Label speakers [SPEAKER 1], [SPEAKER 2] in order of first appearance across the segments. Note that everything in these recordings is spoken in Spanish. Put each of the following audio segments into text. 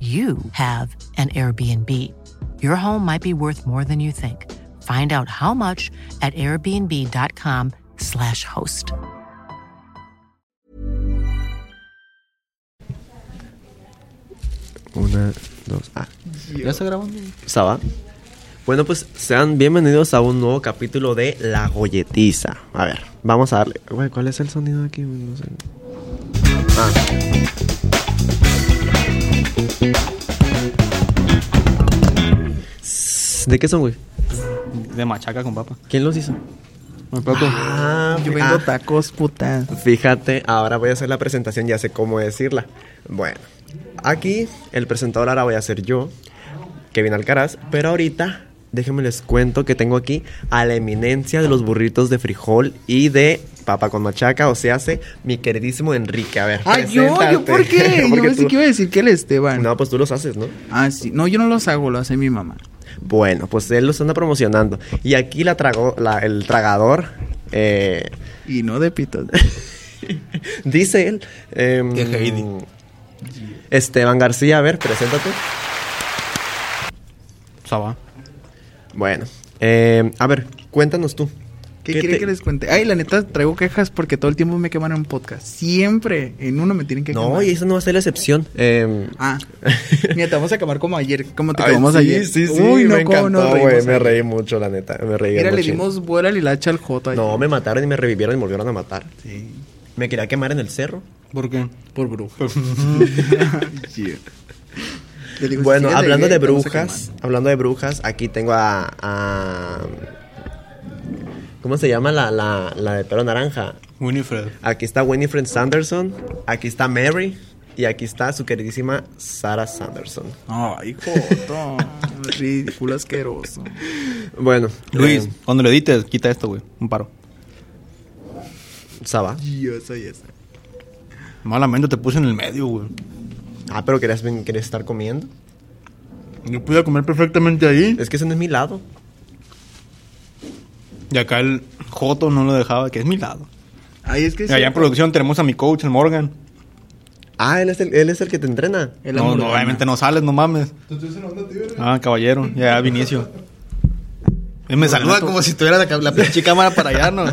[SPEAKER 1] you have an Airbnb. Your home might be worth more than you think. Find out how much at airbnb.com/slash host.
[SPEAKER 2] Una, dos, ah.
[SPEAKER 3] ¿Ya está grabando?
[SPEAKER 2] ¿Estaba? Bueno, pues sean bienvenidos a un nuevo capítulo de La Golletiza. A ver, vamos a darle. Güey, ¿cuál es el sonido aquí? güey? No sé. Ah. S- ¿De qué son, güey?
[SPEAKER 3] De machaca con papa.
[SPEAKER 2] ¿Quién los hizo? Ah,
[SPEAKER 4] Yo
[SPEAKER 2] fi-
[SPEAKER 4] vendo
[SPEAKER 2] ah,
[SPEAKER 4] tacos, puta.
[SPEAKER 2] Fíjate, ahora voy a hacer la presentación, ya sé cómo decirla. Bueno, aquí el presentador ahora voy a ser yo, Kevin Alcaraz, pero ahorita déjenme les cuento que tengo aquí a la eminencia de los burritos de frijol y de papa con machaca, o sea, hace mi queridísimo Enrique. A ver,
[SPEAKER 4] Ah, yo, yo, ¿por qué?
[SPEAKER 2] preséntate.
[SPEAKER 4] Yo
[SPEAKER 2] Porque
[SPEAKER 4] pensé
[SPEAKER 2] tú-
[SPEAKER 4] que iba a decir que el Esteban.
[SPEAKER 2] No, pues tú los haces, ¿no?
[SPEAKER 4] Ah, sí. No, yo no los hago, lo hace mi mamá.
[SPEAKER 2] Bueno, pues él los anda promocionando. Y aquí la trago, la- el tragador, eh,
[SPEAKER 4] Y no de pitos.
[SPEAKER 2] dice él. em,
[SPEAKER 3] Que Heidi.
[SPEAKER 2] Esteban García, a ver, preséntate.
[SPEAKER 3] Saba.
[SPEAKER 2] Bueno, eh, a ver, cuéntanos tú.
[SPEAKER 4] ¿Qué,
[SPEAKER 2] ¿Qué
[SPEAKER 4] quiere
[SPEAKER 2] te-
[SPEAKER 4] que les cuente? Ay, la neta, traigo quejas porque todo el tiempo me queman en un podcast. Siempre. En uno me tienen que
[SPEAKER 2] No,
[SPEAKER 4] quemar.
[SPEAKER 2] y eso no va a ser la excepción. Em,
[SPEAKER 4] Ah. Mira, te vamos a acabar como ayer. Como Ah, te
[SPEAKER 2] ay,
[SPEAKER 4] quemamos
[SPEAKER 2] sí,
[SPEAKER 4] ayer.
[SPEAKER 2] Sí, sí,
[SPEAKER 4] Uy, no,
[SPEAKER 2] me
[SPEAKER 4] cómo nos
[SPEAKER 2] encantó, güey.
[SPEAKER 4] reímos
[SPEAKER 2] Me
[SPEAKER 4] ayer.
[SPEAKER 2] reí mucho, la neta. Me reí
[SPEAKER 4] Mira, le
[SPEAKER 2] mucho.
[SPEAKER 4] dimos vuela al hacha al Jota. ahí.
[SPEAKER 2] No, me mataron y me revivieron y me volvieron a matar.
[SPEAKER 4] Sí.
[SPEAKER 2] Me quería quemar en el cerro.
[SPEAKER 3] ¿Por qué?
[SPEAKER 4] Por bruja. Yeah. Te digo, Pues si
[SPEAKER 2] bueno,
[SPEAKER 4] sigues
[SPEAKER 2] hablando de
[SPEAKER 4] gay, te vamos a
[SPEAKER 2] brujas, hablando de brujas, aquí tengo a. a- ¿Cómo se llama la, la, la de pelo naranja?
[SPEAKER 3] Winifred.
[SPEAKER 2] Aquí está Winifred Sanderson, aquí está Mary y aquí está su queridísima Sarah Sanderson.
[SPEAKER 4] quemar. Ay, Jota. Ridículo asqueroso.
[SPEAKER 2] Bueno,
[SPEAKER 3] Luis,
[SPEAKER 2] eh,
[SPEAKER 3] cuando lo edites, quita esto, güey. Un paro.
[SPEAKER 2] Saba.
[SPEAKER 4] Yo soy esa.
[SPEAKER 3] Malamente te puse en el medio, güey.
[SPEAKER 2] Ah, pero querías, ven- querías estar comiendo.
[SPEAKER 3] Yo podía comer perfectamente ahí.
[SPEAKER 2] Es que ese no es mi lado.
[SPEAKER 3] Y acá el Joto no lo dejaba, que es mi lado.
[SPEAKER 4] Ay, es que
[SPEAKER 3] Y allá en producción tenemos a mi coach, el Morgan.
[SPEAKER 2] Ah, él es el, él es el que te entrena.
[SPEAKER 4] El
[SPEAKER 3] no,
[SPEAKER 4] amor
[SPEAKER 3] no,
[SPEAKER 4] gana.
[SPEAKER 3] obviamente no sales, no mames. Ah, caballero. Ya, Vinicio. Él me saluda como si tuviera la, la pinche cámara para allá, ¿no?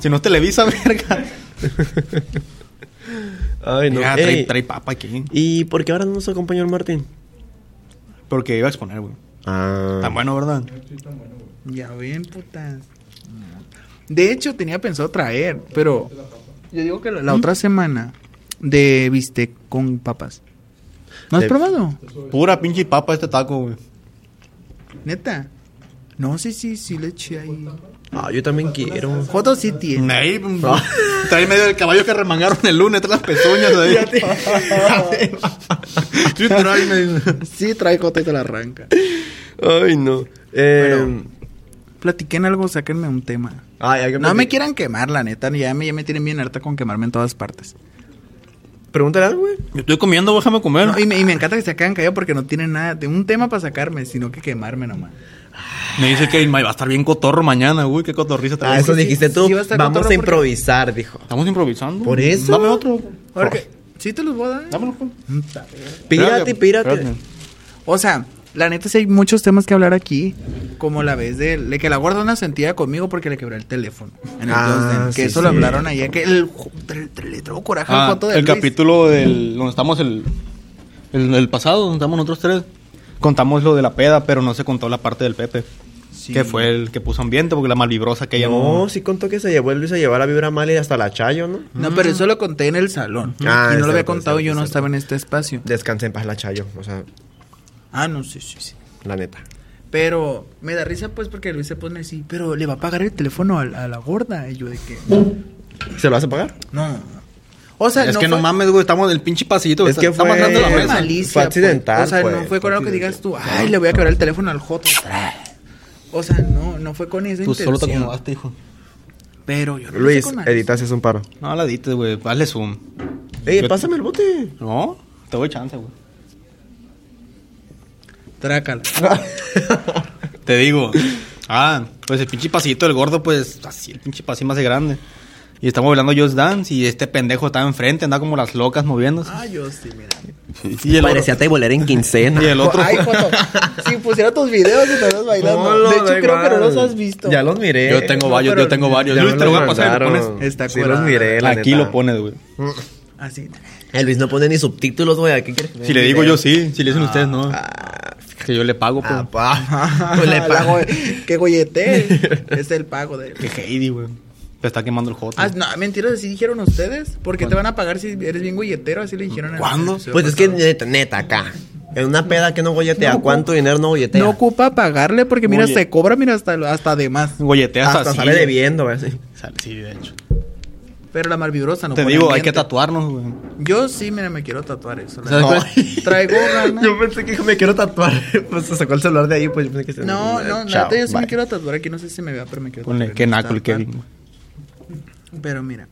[SPEAKER 3] Si no es Televisa, verga.
[SPEAKER 2] Ay, no.
[SPEAKER 3] Mira, trae,
[SPEAKER 2] Ey,
[SPEAKER 3] trae papa aquí.
[SPEAKER 2] ¿Y por qué ahora no nos acompañó el Martín?
[SPEAKER 3] Porque iba a exponer, güey.
[SPEAKER 2] Ah.
[SPEAKER 3] Tan bueno, ¿verdad?
[SPEAKER 4] Ya ven, putas. De hecho, tenía pensado traer, pero yo digo que la,
[SPEAKER 3] ¿Mm?
[SPEAKER 4] la otra semana de bistec con papas. ¿No has
[SPEAKER 2] De-
[SPEAKER 4] probado?
[SPEAKER 3] Pura pinche papa este taco, güey.
[SPEAKER 4] Neta. No, sí, sí, sí le eché ahí.
[SPEAKER 2] Ah, yo también quiero.
[SPEAKER 4] Joto sí tiene.
[SPEAKER 3] Ahí, trae medio del caballo que remangaron el lunes, trae las pezuñas ahí. Sí, tráeme.
[SPEAKER 4] Sí, trae Joto y te la arranca.
[SPEAKER 2] Ay, no. Eh,
[SPEAKER 4] Bueno. Platiquen algo, sáquenme un tema.
[SPEAKER 2] ay, hay que
[SPEAKER 4] No me
[SPEAKER 2] platicar.
[SPEAKER 4] quieran quemar, la neta. Ya me, ya me tienen bien harta con quemarme en todas partes.
[SPEAKER 2] Pregúntale algo, güey.
[SPEAKER 3] Yo estoy comiendo, déjame comer.
[SPEAKER 4] No, y, me, y me encanta que se quedan callados porque no tienen nada de un tema para sacarme, sino que quemarme nomás.
[SPEAKER 3] Me dice que va a estar bien cotorro mañana, güey. Qué cotorriza
[SPEAKER 2] Ah, eso
[SPEAKER 3] traigo.
[SPEAKER 2] dijiste
[SPEAKER 4] sí,
[SPEAKER 2] tú.
[SPEAKER 4] sí va a estar
[SPEAKER 2] Vamos
[SPEAKER 4] cotorro
[SPEAKER 2] a
[SPEAKER 4] porque-
[SPEAKER 2] improvisar, dijo. Mm,
[SPEAKER 3] Estamos improvisando.
[SPEAKER 2] Por eso.
[SPEAKER 3] Dame otro.
[SPEAKER 4] Porque, sí te los voy a dar.
[SPEAKER 3] Dámelo, pues.
[SPEAKER 2] Pírate, pírate.
[SPEAKER 3] Espérate.
[SPEAKER 4] O sea, la neta sí hay muchos temas que hablar aquí, como la vez de, de que la guardona sentía conmigo porque le quebré el teléfono. En el
[SPEAKER 2] Ah,
[SPEAKER 4] Just Dance, que
[SPEAKER 2] sí,
[SPEAKER 4] eso lo
[SPEAKER 2] sí.
[SPEAKER 4] hablaron allá, que el, le- le trajo coraje al
[SPEAKER 3] Ah,
[SPEAKER 4] foto de
[SPEAKER 3] el
[SPEAKER 4] Luis.
[SPEAKER 3] capítulo del donde estamos el, el, el pasado, donde estamos nosotros tres. Contamos lo de la peda, pero no se contó la parte del Pepe.
[SPEAKER 4] Sí.
[SPEAKER 3] Que fue el que puso ambiente, porque la malvibrosa que ella
[SPEAKER 2] No, sí contó que se llevó el Luis a llevar la vibra mal y hasta la Chayo, ¿no?
[SPEAKER 4] No, pero eso lo conté en el salón.
[SPEAKER 2] Ah,
[SPEAKER 4] y no
[SPEAKER 2] es
[SPEAKER 4] lo había
[SPEAKER 2] cierto,
[SPEAKER 4] contado,
[SPEAKER 2] es
[SPEAKER 4] yo
[SPEAKER 2] cierto,
[SPEAKER 4] no
[SPEAKER 2] es
[SPEAKER 4] estaba en este espacio.
[SPEAKER 2] Descansa en paz la Chayo, o sea,
[SPEAKER 4] Ah, no, sí, sí, sí.
[SPEAKER 2] la neta.
[SPEAKER 4] Pero me da risa pues porque Luis se pone así, pero le va a pagar el teléfono a, la- a la gorda. Y yo de que...
[SPEAKER 2] ¿Se lo vas a pagar?
[SPEAKER 4] No. O sea,
[SPEAKER 3] es que no
[SPEAKER 4] fue-
[SPEAKER 3] mames, güey, estamos en el pinche pasillito.
[SPEAKER 2] Es que
[SPEAKER 3] está
[SPEAKER 2] fue-
[SPEAKER 3] bajando la
[SPEAKER 4] fue
[SPEAKER 3] mesa.
[SPEAKER 4] malicia,
[SPEAKER 2] Fue accidental,
[SPEAKER 4] pues. O sea, no
[SPEAKER 2] pues,
[SPEAKER 4] fue con
[SPEAKER 2] fue
[SPEAKER 4] algo que digas
[SPEAKER 2] accidental.
[SPEAKER 4] tú, ay, le voy a quebrar el teléfono al Joto. O sea, no, no fue con esa
[SPEAKER 3] Tú
[SPEAKER 4] intención.
[SPEAKER 3] solo te acomodaste, hijo.
[SPEAKER 4] Pero yo no lo
[SPEAKER 2] Luis,
[SPEAKER 4] hice con
[SPEAKER 2] editas es un paro.
[SPEAKER 3] No la dites, güey. Hazle zoom.
[SPEAKER 2] Ey,
[SPEAKER 3] Yo-
[SPEAKER 2] pásame el bote.
[SPEAKER 3] No, te doy chance, güey.
[SPEAKER 4] malicia. Trácala.
[SPEAKER 3] Te digo. Ah, pues el pinche pasillito del gordo, pues así, el pinche pasillo más de grande. Y estamos hablando Just Dance y este pendejo estaba enfrente, andaba como las locas moviéndose.
[SPEAKER 4] Ah, yo sí, mira.
[SPEAKER 3] y, el otro,
[SPEAKER 2] taibolera en
[SPEAKER 3] y
[SPEAKER 2] quincena.
[SPEAKER 3] el otro-
[SPEAKER 4] Ay, Joto, si pusiera tus videos y te vas bailando.
[SPEAKER 2] No, lo
[SPEAKER 4] de hecho,
[SPEAKER 2] da
[SPEAKER 4] creo que no
[SPEAKER 2] igual.
[SPEAKER 4] los has visto.
[SPEAKER 2] Ya los miré.
[SPEAKER 3] Yo tengo
[SPEAKER 2] No,
[SPEAKER 3] varios,
[SPEAKER 2] pero
[SPEAKER 3] yo tengo varios.
[SPEAKER 2] ya
[SPEAKER 3] Luis,
[SPEAKER 2] me
[SPEAKER 3] te lo
[SPEAKER 2] los
[SPEAKER 3] voy a pasar y lo
[SPEAKER 2] mandaron.
[SPEAKER 3] pones.
[SPEAKER 4] Está
[SPEAKER 2] sí los
[SPEAKER 4] curada.
[SPEAKER 2] miré, la
[SPEAKER 3] Aquí
[SPEAKER 2] neta.
[SPEAKER 3] lo pones, güey.
[SPEAKER 4] Así.
[SPEAKER 2] El Luis no pone ni subtítulos, güey. ¿a qué quieres que
[SPEAKER 3] Si
[SPEAKER 2] vea
[SPEAKER 3] le
[SPEAKER 2] el
[SPEAKER 3] digo
[SPEAKER 2] video?
[SPEAKER 3] yo sí, si le dicen ustedes no. que yo le pago, pues.
[SPEAKER 2] Ah, pa.
[SPEAKER 4] Pues
[SPEAKER 2] Pues le pago.
[SPEAKER 4] Que gollete. es el pago de.
[SPEAKER 3] Qué shady, güey. Te está quemando el joto.
[SPEAKER 4] Ah, no, mentiras, así dijeron ustedes. Porque te van a pagar si eres bien golletero, así le dijeron. en el
[SPEAKER 3] ¿Cuándo?
[SPEAKER 4] episodio
[SPEAKER 2] Pues es que
[SPEAKER 4] pasado.
[SPEAKER 2] neta, neta, acá. En una peda que no golletea.
[SPEAKER 4] No,
[SPEAKER 2] ¿Cuánto dinero no golletea?
[SPEAKER 4] No ocupa pagarle porque mira,
[SPEAKER 3] Oye.
[SPEAKER 4] se cobra, mira, hasta, hasta de más.
[SPEAKER 3] Golleteas
[SPEAKER 2] hasta
[SPEAKER 3] así,
[SPEAKER 2] sale
[SPEAKER 3] güey.
[SPEAKER 2] debiendo, güey. sí.
[SPEAKER 3] Sale, sí, de hecho.
[SPEAKER 4] Pero la malvibrosa no
[SPEAKER 3] Te
[SPEAKER 4] pone
[SPEAKER 3] digo, hay
[SPEAKER 4] ambiente.
[SPEAKER 3] que tatuarnos, güey.
[SPEAKER 4] Yo sí, mira, me quiero tatuar eso. la
[SPEAKER 3] ¿Sabes
[SPEAKER 4] neta.
[SPEAKER 3] cuál?
[SPEAKER 4] Traigo ganas.
[SPEAKER 2] Yo pensé que me quiero tatuar. Pues se sacó el celular de ahí, pues yo pensé que se-
[SPEAKER 4] No, no,
[SPEAKER 2] Chao,
[SPEAKER 4] la neta, yo sí me
[SPEAKER 2] bye.
[SPEAKER 4] quiero tatuar aquí. No sé si me vea, pero me quiero
[SPEAKER 3] Ponle,
[SPEAKER 4] tatuar.
[SPEAKER 3] qué
[SPEAKER 4] en
[SPEAKER 3] naco el
[SPEAKER 4] esta
[SPEAKER 3] Kevin, güey.
[SPEAKER 4] parte. Pero mira.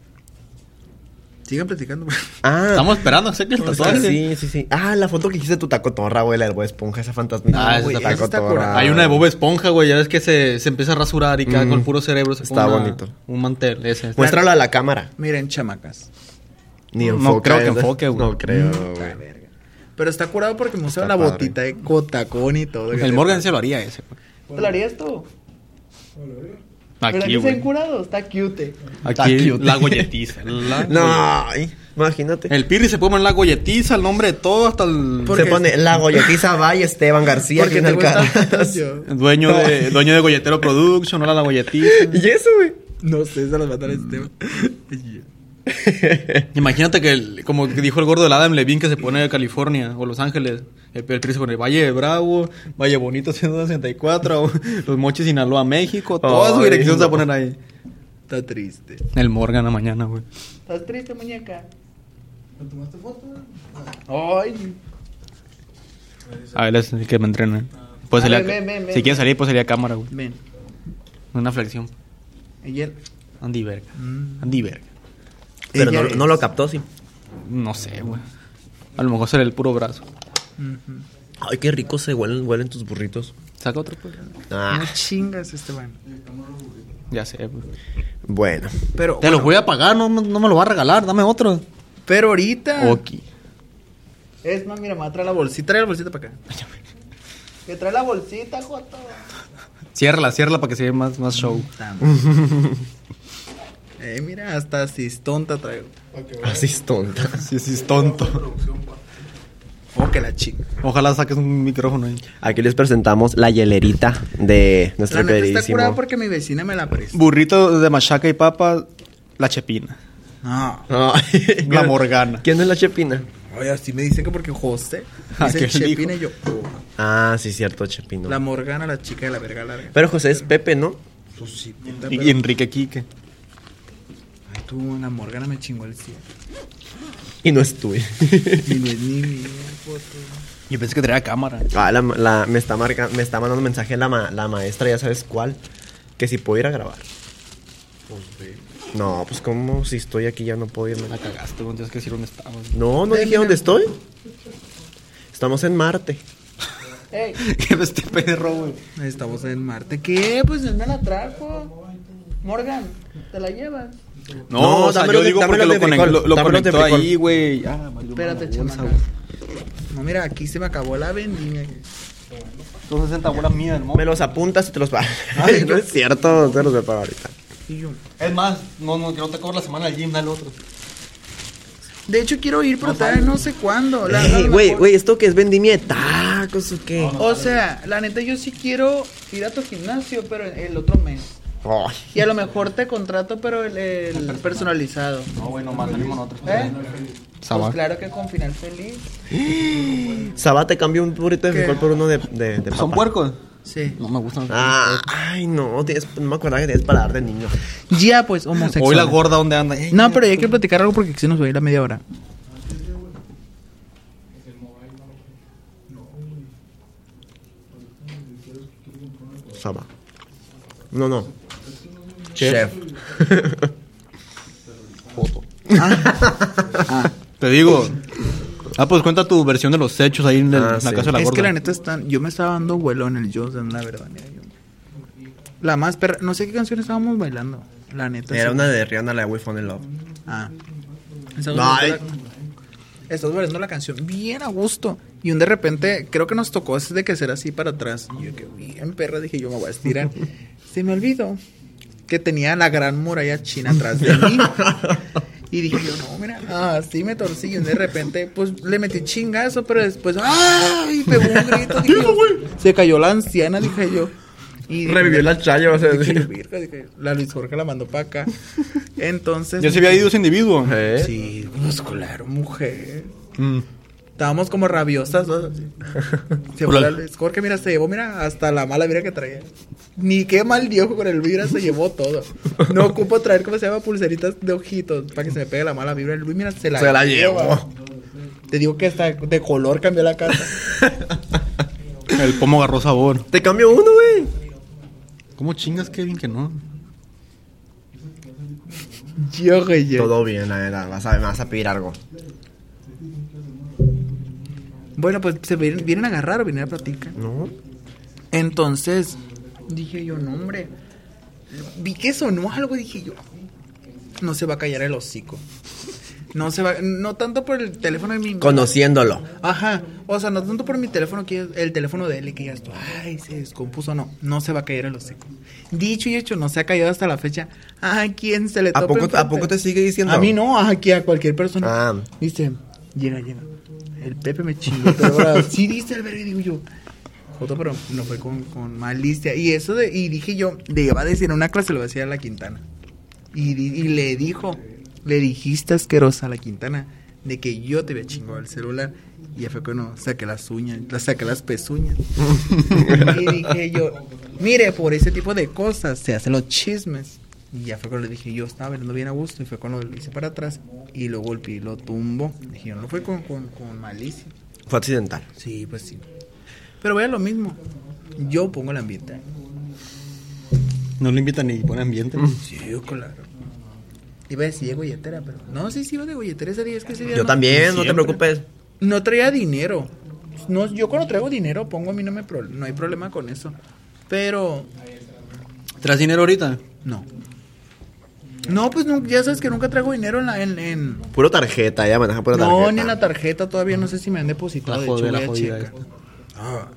[SPEAKER 4] Sigan platicando. pues.
[SPEAKER 2] Ah,
[SPEAKER 3] Estamos esperando, sé que el
[SPEAKER 2] Ah,
[SPEAKER 3] tatuaje.
[SPEAKER 2] sí, sí, sí. Ah, la foto que hiciste tu tacotorra, güey, la del Bob Esponja, esa fantasmita.
[SPEAKER 3] Ah, esa
[SPEAKER 2] güey,
[SPEAKER 3] está
[SPEAKER 2] esa
[SPEAKER 4] está
[SPEAKER 2] tacotorra.
[SPEAKER 4] curada.
[SPEAKER 3] Hay una de Bob Esponja, güey. Ya ves que se, se empieza a rasurar y queda con el puro cerebro. se
[SPEAKER 2] Mm. Está
[SPEAKER 3] pone una-
[SPEAKER 2] bonito.
[SPEAKER 3] Un mantel, ese. ese.
[SPEAKER 2] Muéstralo a la cámara.
[SPEAKER 4] Miren, chamacas.
[SPEAKER 2] Ni
[SPEAKER 3] No
[SPEAKER 2] enfoca,
[SPEAKER 3] creo que
[SPEAKER 2] ¿verdad?
[SPEAKER 3] enfoque, güey.
[SPEAKER 2] No creo,
[SPEAKER 4] La
[SPEAKER 2] güey.
[SPEAKER 4] verga. Pero está curado porque me usaron la
[SPEAKER 2] Está padre.
[SPEAKER 4] botita de cotacón y todo.
[SPEAKER 3] El Morgan se lo haría ese, güey.
[SPEAKER 4] ¿Te lo harías tú? Pero
[SPEAKER 3] Aquí,
[SPEAKER 4] aquí se han
[SPEAKER 3] güey.
[SPEAKER 4] curado, está cute.
[SPEAKER 3] Aquí, la golletiza. la
[SPEAKER 2] No,
[SPEAKER 3] golletiza.
[SPEAKER 2] ay, imagínate.
[SPEAKER 3] El Pirri se puede poner la golletiza, el nombre de todo, hasta el
[SPEAKER 4] Por-
[SPEAKER 2] Se
[SPEAKER 4] porque-
[SPEAKER 2] pone la golletiza Valle Esteban García aquí
[SPEAKER 4] Porque
[SPEAKER 2] en el
[SPEAKER 4] te
[SPEAKER 2] cara.
[SPEAKER 4] gustan tantos yo.
[SPEAKER 3] dueño de dueño de Golletero Production, hola la golletiza.
[SPEAKER 2] Y eso, güey.
[SPEAKER 4] No sé, se los va a dar este tema.
[SPEAKER 3] Imagínate que, el- como que dijo el gordo del Adam Levine, que se pone de California o Los Ángeles. El, el Pirri se pone Valle de Bravo, Valle Bonito 164, o Los Mochis, Sinaloa, México. Todas sus
[SPEAKER 2] Ay,
[SPEAKER 3] direcciones se
[SPEAKER 2] no.
[SPEAKER 3] va a poner ahí.
[SPEAKER 4] Está triste.
[SPEAKER 3] El Morgan a mañana, güey.
[SPEAKER 4] ¿Estás triste, muñeca? ¿Me tomaste foto? Ay,
[SPEAKER 3] A él es el que me entrena. Pues
[SPEAKER 4] A
[SPEAKER 3] sería-
[SPEAKER 4] ver, ven, ven, ven.
[SPEAKER 3] si quiere salir, pues sería cámara, güey.
[SPEAKER 4] ven.
[SPEAKER 3] Una flexión.
[SPEAKER 4] Ella,
[SPEAKER 3] Andy Verga.
[SPEAKER 4] Mm.
[SPEAKER 3] Andy Verga.
[SPEAKER 2] Pero
[SPEAKER 4] Ella
[SPEAKER 2] no,
[SPEAKER 4] es.
[SPEAKER 2] no lo captó, sí.
[SPEAKER 3] No sé, güey. A lo mejor será el puro brazo.
[SPEAKER 2] Ay, qué rico se huelen, huelen tus burritos.
[SPEAKER 3] Saca otro, pues.
[SPEAKER 2] Ah,
[SPEAKER 4] no chingas, este Esteban.
[SPEAKER 3] Ya sé, güey.
[SPEAKER 2] bueno.
[SPEAKER 4] Pero,
[SPEAKER 3] Te los voy a pagar, no, no- no me lo va a regalar, dame otro.
[SPEAKER 4] pero ahorita.
[SPEAKER 3] Ok.
[SPEAKER 4] Es más, mira, me va a traer la bolsita. Trae la bolsita para acá. Que trae la bolsita, Joto.
[SPEAKER 3] Ciérrala, ciérrala para que se vea más, más show.
[SPEAKER 4] eh, mira, hasta si es tonta traigo.
[SPEAKER 2] Así es tonta.
[SPEAKER 3] Sí, sí, es tonto.
[SPEAKER 4] Oh, que la chinga.
[SPEAKER 3] Ojalá saques un micrófono ahí.
[SPEAKER 2] Aquí les presentamos la hielerita de
[SPEAKER 4] La
[SPEAKER 2] nuestro
[SPEAKER 4] neta está
[SPEAKER 2] queridísimo.
[SPEAKER 4] curada porque mi vecina me la presta.
[SPEAKER 3] Burrito de machaca y papa, la chepina.
[SPEAKER 4] No.
[SPEAKER 2] Ay,
[SPEAKER 3] La Morgana.
[SPEAKER 2] ¿Quién es la Chepina?
[SPEAKER 4] Oye, así me dicen que porque José.
[SPEAKER 3] Ah,
[SPEAKER 4] Dice
[SPEAKER 3] ¿qué dijo?
[SPEAKER 4] Chepina y yo. oh.
[SPEAKER 2] Ah, sí, cierto, Chepino.
[SPEAKER 4] La Morgana, la chica de la verga larga.
[SPEAKER 2] Pero José es Pepe, ¿no?
[SPEAKER 4] Pues sí,
[SPEAKER 3] Y y Enrique Quique.
[SPEAKER 4] Ay, tú, la Morgana me chingó el cielo.
[SPEAKER 2] Y no es tuyo.
[SPEAKER 4] Y no es ni mi foto.
[SPEAKER 3] Yo pensé que traía cámara.
[SPEAKER 2] Ah, la, la- me, está marca, me está mandando mensaje la, ma- la maestra, ya sabes cuál, que si puedo ir a grabar.
[SPEAKER 4] Pues
[SPEAKER 2] No, pues como si estoy aquí ya no puedo irme.
[SPEAKER 3] La cagaste, güey. Tienes que decir dónde estabas.
[SPEAKER 2] No, no dije dónde estoy. Estamos en Marte.
[SPEAKER 3] ¿Qué este perro, güey?
[SPEAKER 4] Estamos en Marte. ¿Qué? Pues él me la trajo. Morgan, te la llevas.
[SPEAKER 3] No,
[SPEAKER 2] No,
[SPEAKER 3] o sea,
[SPEAKER 2] dámelo
[SPEAKER 3] yo
[SPEAKER 2] de-
[SPEAKER 3] digo
[SPEAKER 2] dámelo
[SPEAKER 3] porque lo,
[SPEAKER 2] de
[SPEAKER 3] conect-
[SPEAKER 2] frijol,
[SPEAKER 3] lo- lo
[SPEAKER 2] dámelo de
[SPEAKER 3] conectó
[SPEAKER 2] frijol.
[SPEAKER 3] ahí, güey. Ah, valió
[SPEAKER 4] Espérate,
[SPEAKER 3] madre, bolsa,
[SPEAKER 4] chamaca.
[SPEAKER 3] güey.
[SPEAKER 4] No, mira, aquí se me acabó la vendimia.
[SPEAKER 3] Son 60 bolas mías, hermano.
[SPEAKER 2] Me los apuntas y te los va.
[SPEAKER 4] Ay,
[SPEAKER 2] no
[SPEAKER 4] yo-
[SPEAKER 2] es cierto, no te los voy a pagar ahorita.
[SPEAKER 4] Y yo,
[SPEAKER 3] Es más, no, no, que no te cobro la semana del gym, dale otro.
[SPEAKER 4] De hecho, quiero ir, pero todavía no sé cuándo. La- la-
[SPEAKER 2] Ey,
[SPEAKER 4] la
[SPEAKER 2] Güey,
[SPEAKER 4] mejor-
[SPEAKER 2] güey, ¿esto que es vendimia de tacos o qué?
[SPEAKER 4] O sea, la neta, yo sí quiero ir a tu gimnasio, pero el otro mes.
[SPEAKER 2] Ay.
[SPEAKER 4] Y a lo mejor te contrato, pero el, el personalizado.
[SPEAKER 3] No, güey, nomás salimos nosotros.
[SPEAKER 4] ¿Eh?
[SPEAKER 3] Sabá.
[SPEAKER 4] Pues claro que con final feliz.
[SPEAKER 2] Sabá te cambió un burrito de
[SPEAKER 4] ¿Qué?
[SPEAKER 2] frijol por uno de, de, de
[SPEAKER 3] ¿Son
[SPEAKER 2] papa.
[SPEAKER 3] puercos?
[SPEAKER 4] Sí.
[SPEAKER 3] No me gustan.
[SPEAKER 2] Ah, ay, no, tienes- no me acordaba que tenías paladar de niño.
[SPEAKER 4] Ya, pues, homosexual.
[SPEAKER 3] Hoy la gorda, ¿dónde anda? Ey,
[SPEAKER 4] No, pero ya hay que platicar algo porque si nos va a ir la media hora.
[SPEAKER 2] Saba. No, no.
[SPEAKER 3] Te digo. Ah, pues cuenta tu versión de los hechos ahí en, el-
[SPEAKER 2] Ah,
[SPEAKER 3] en la
[SPEAKER 2] sí.
[SPEAKER 3] casa de la
[SPEAKER 4] es
[SPEAKER 3] gorda.
[SPEAKER 4] que la neta están. Yo me estaba dando vuelo en el Jordan, la verdad. mira, yo- La más perra. No sé qué canción estábamos bailando. La neta.
[SPEAKER 2] Era
[SPEAKER 4] sí.
[SPEAKER 2] una de Rihanna, la de We Found in Love.
[SPEAKER 4] Ah.
[SPEAKER 2] Ay.
[SPEAKER 4] Estás bailando la canción bien a gusto. Y un de repente, creo que nos tocó ese de que ser así para atrás. Y yo que bien perra, dije yo me voy a estirar. Se me olvidó que tenía la gran muralla china atrás de mí. Y dije yo, no, mira, así me torcí. Y un de repente, pues le metí chingazo, pero después, ¡ay! Pegó un grito. Dije, yo, se cayó la anciana, dije yo. Y
[SPEAKER 2] Revivió la chaya, vas a
[SPEAKER 4] dije yo,
[SPEAKER 2] decir.
[SPEAKER 4] "Virga", dije, la Luis Jorge la mandó para acá. Entonces.
[SPEAKER 3] Ya se había ido ese individuo.
[SPEAKER 2] ¿Eh?
[SPEAKER 4] Sí, muscular, mujer.
[SPEAKER 2] Mm.
[SPEAKER 4] Estábamos como rabiosas. ¿no? Así. Se fue
[SPEAKER 3] Hola.
[SPEAKER 4] la Luis Jorge, mira, se llevó, mira, hasta la mala vibra que traía. Ni qué mal viejo con el vibra se llevó todo. No ocupo traer, ¿cómo se llama? Pulseritas de ojitos para que se me pegue la mala vibra. El Luis, mira, se la,
[SPEAKER 2] Se la llevó.
[SPEAKER 4] Te digo que hasta de color cambió la casa.
[SPEAKER 3] El pomo agarró sabor.
[SPEAKER 2] Te cambió uno, güey.
[SPEAKER 3] ¿Cómo chingas, Kevin, que no?
[SPEAKER 4] yo, güey, yo.
[SPEAKER 2] Todo bien, la verdad. Vas a, me vas a pedir algo.
[SPEAKER 4] Bueno, pues se vienen, vienen a agarrar o vienen a platicar.
[SPEAKER 2] No.
[SPEAKER 4] Entonces, dije yo, no, hombre. Vi que sonó algo, dije yo. No se va a callar el hocico. No se va, no tanto por el teléfono de mi.
[SPEAKER 2] Conociéndolo.
[SPEAKER 4] Ajá, o sea, no tanto por mi teléfono, que el teléfono de él y que ya esto, ay, se descompuso, no, no se va a callar el hocico. Dicho y hecho, no se ha callado hasta la fecha. ¿A quién se le
[SPEAKER 2] ¿A
[SPEAKER 4] topa
[SPEAKER 2] poco- a
[SPEAKER 4] enfrente?
[SPEAKER 2] poco te sigue diciendo?
[SPEAKER 4] A mí no, aquí a cualquier persona.
[SPEAKER 2] Ah.
[SPEAKER 4] Dice, llega, llega. El Pepe me chingó. pero ahora sí, dice el verga, y digo yo. Joto, pero no fue con, con malicia. Y eso de, y dije yo, le iba a decir en una clase, lo decía a la Quintana. Y, di- y le dijo, le dijiste asquerosa a la Quintana de que yo te había chingado el celular. Y ya fue cuando saqué las uñas, las saqué las pezuñas. y dije yo, mire, por ese tipo de cosas se hacen los chismes. Y ya fue cuando le dije, yo estaba bailando bien a gusto. Y fue cuando lo hice para atrás y lo golpeé y lo tumbo. Dije, yo no fue con, con, con malicia.
[SPEAKER 2] Fue accidental.
[SPEAKER 4] Sí, pues sí. Pero vea lo mismo. Yo pongo el ambiente.
[SPEAKER 3] No lo invitan ni buen ambiente.
[SPEAKER 2] Mm.
[SPEAKER 4] Sí, claro. Iba a decir de golletera, pero. No, sí, sí, iba de golletera ese día. Es que ese día
[SPEAKER 2] Yo
[SPEAKER 4] no-
[SPEAKER 2] también, no te
[SPEAKER 4] Siempre.
[SPEAKER 2] preocupes.
[SPEAKER 4] No traía dinero. No, yo cuando traigo dinero pongo a mí no me pro- no hay problema con eso. Pero
[SPEAKER 3] ¿Tras dinero ahorita?
[SPEAKER 4] no. No, pues nu- ya sabes que nunca traigo dinero en la en, en-
[SPEAKER 2] Puro tarjeta, ella maneja pura tarjeta.
[SPEAKER 4] no ni en la tarjeta todavía no sé si me han depositado.
[SPEAKER 3] La
[SPEAKER 4] de hecho,
[SPEAKER 3] jodida,
[SPEAKER 4] voy
[SPEAKER 3] la
[SPEAKER 4] a
[SPEAKER 3] jodida
[SPEAKER 4] checar. Ah.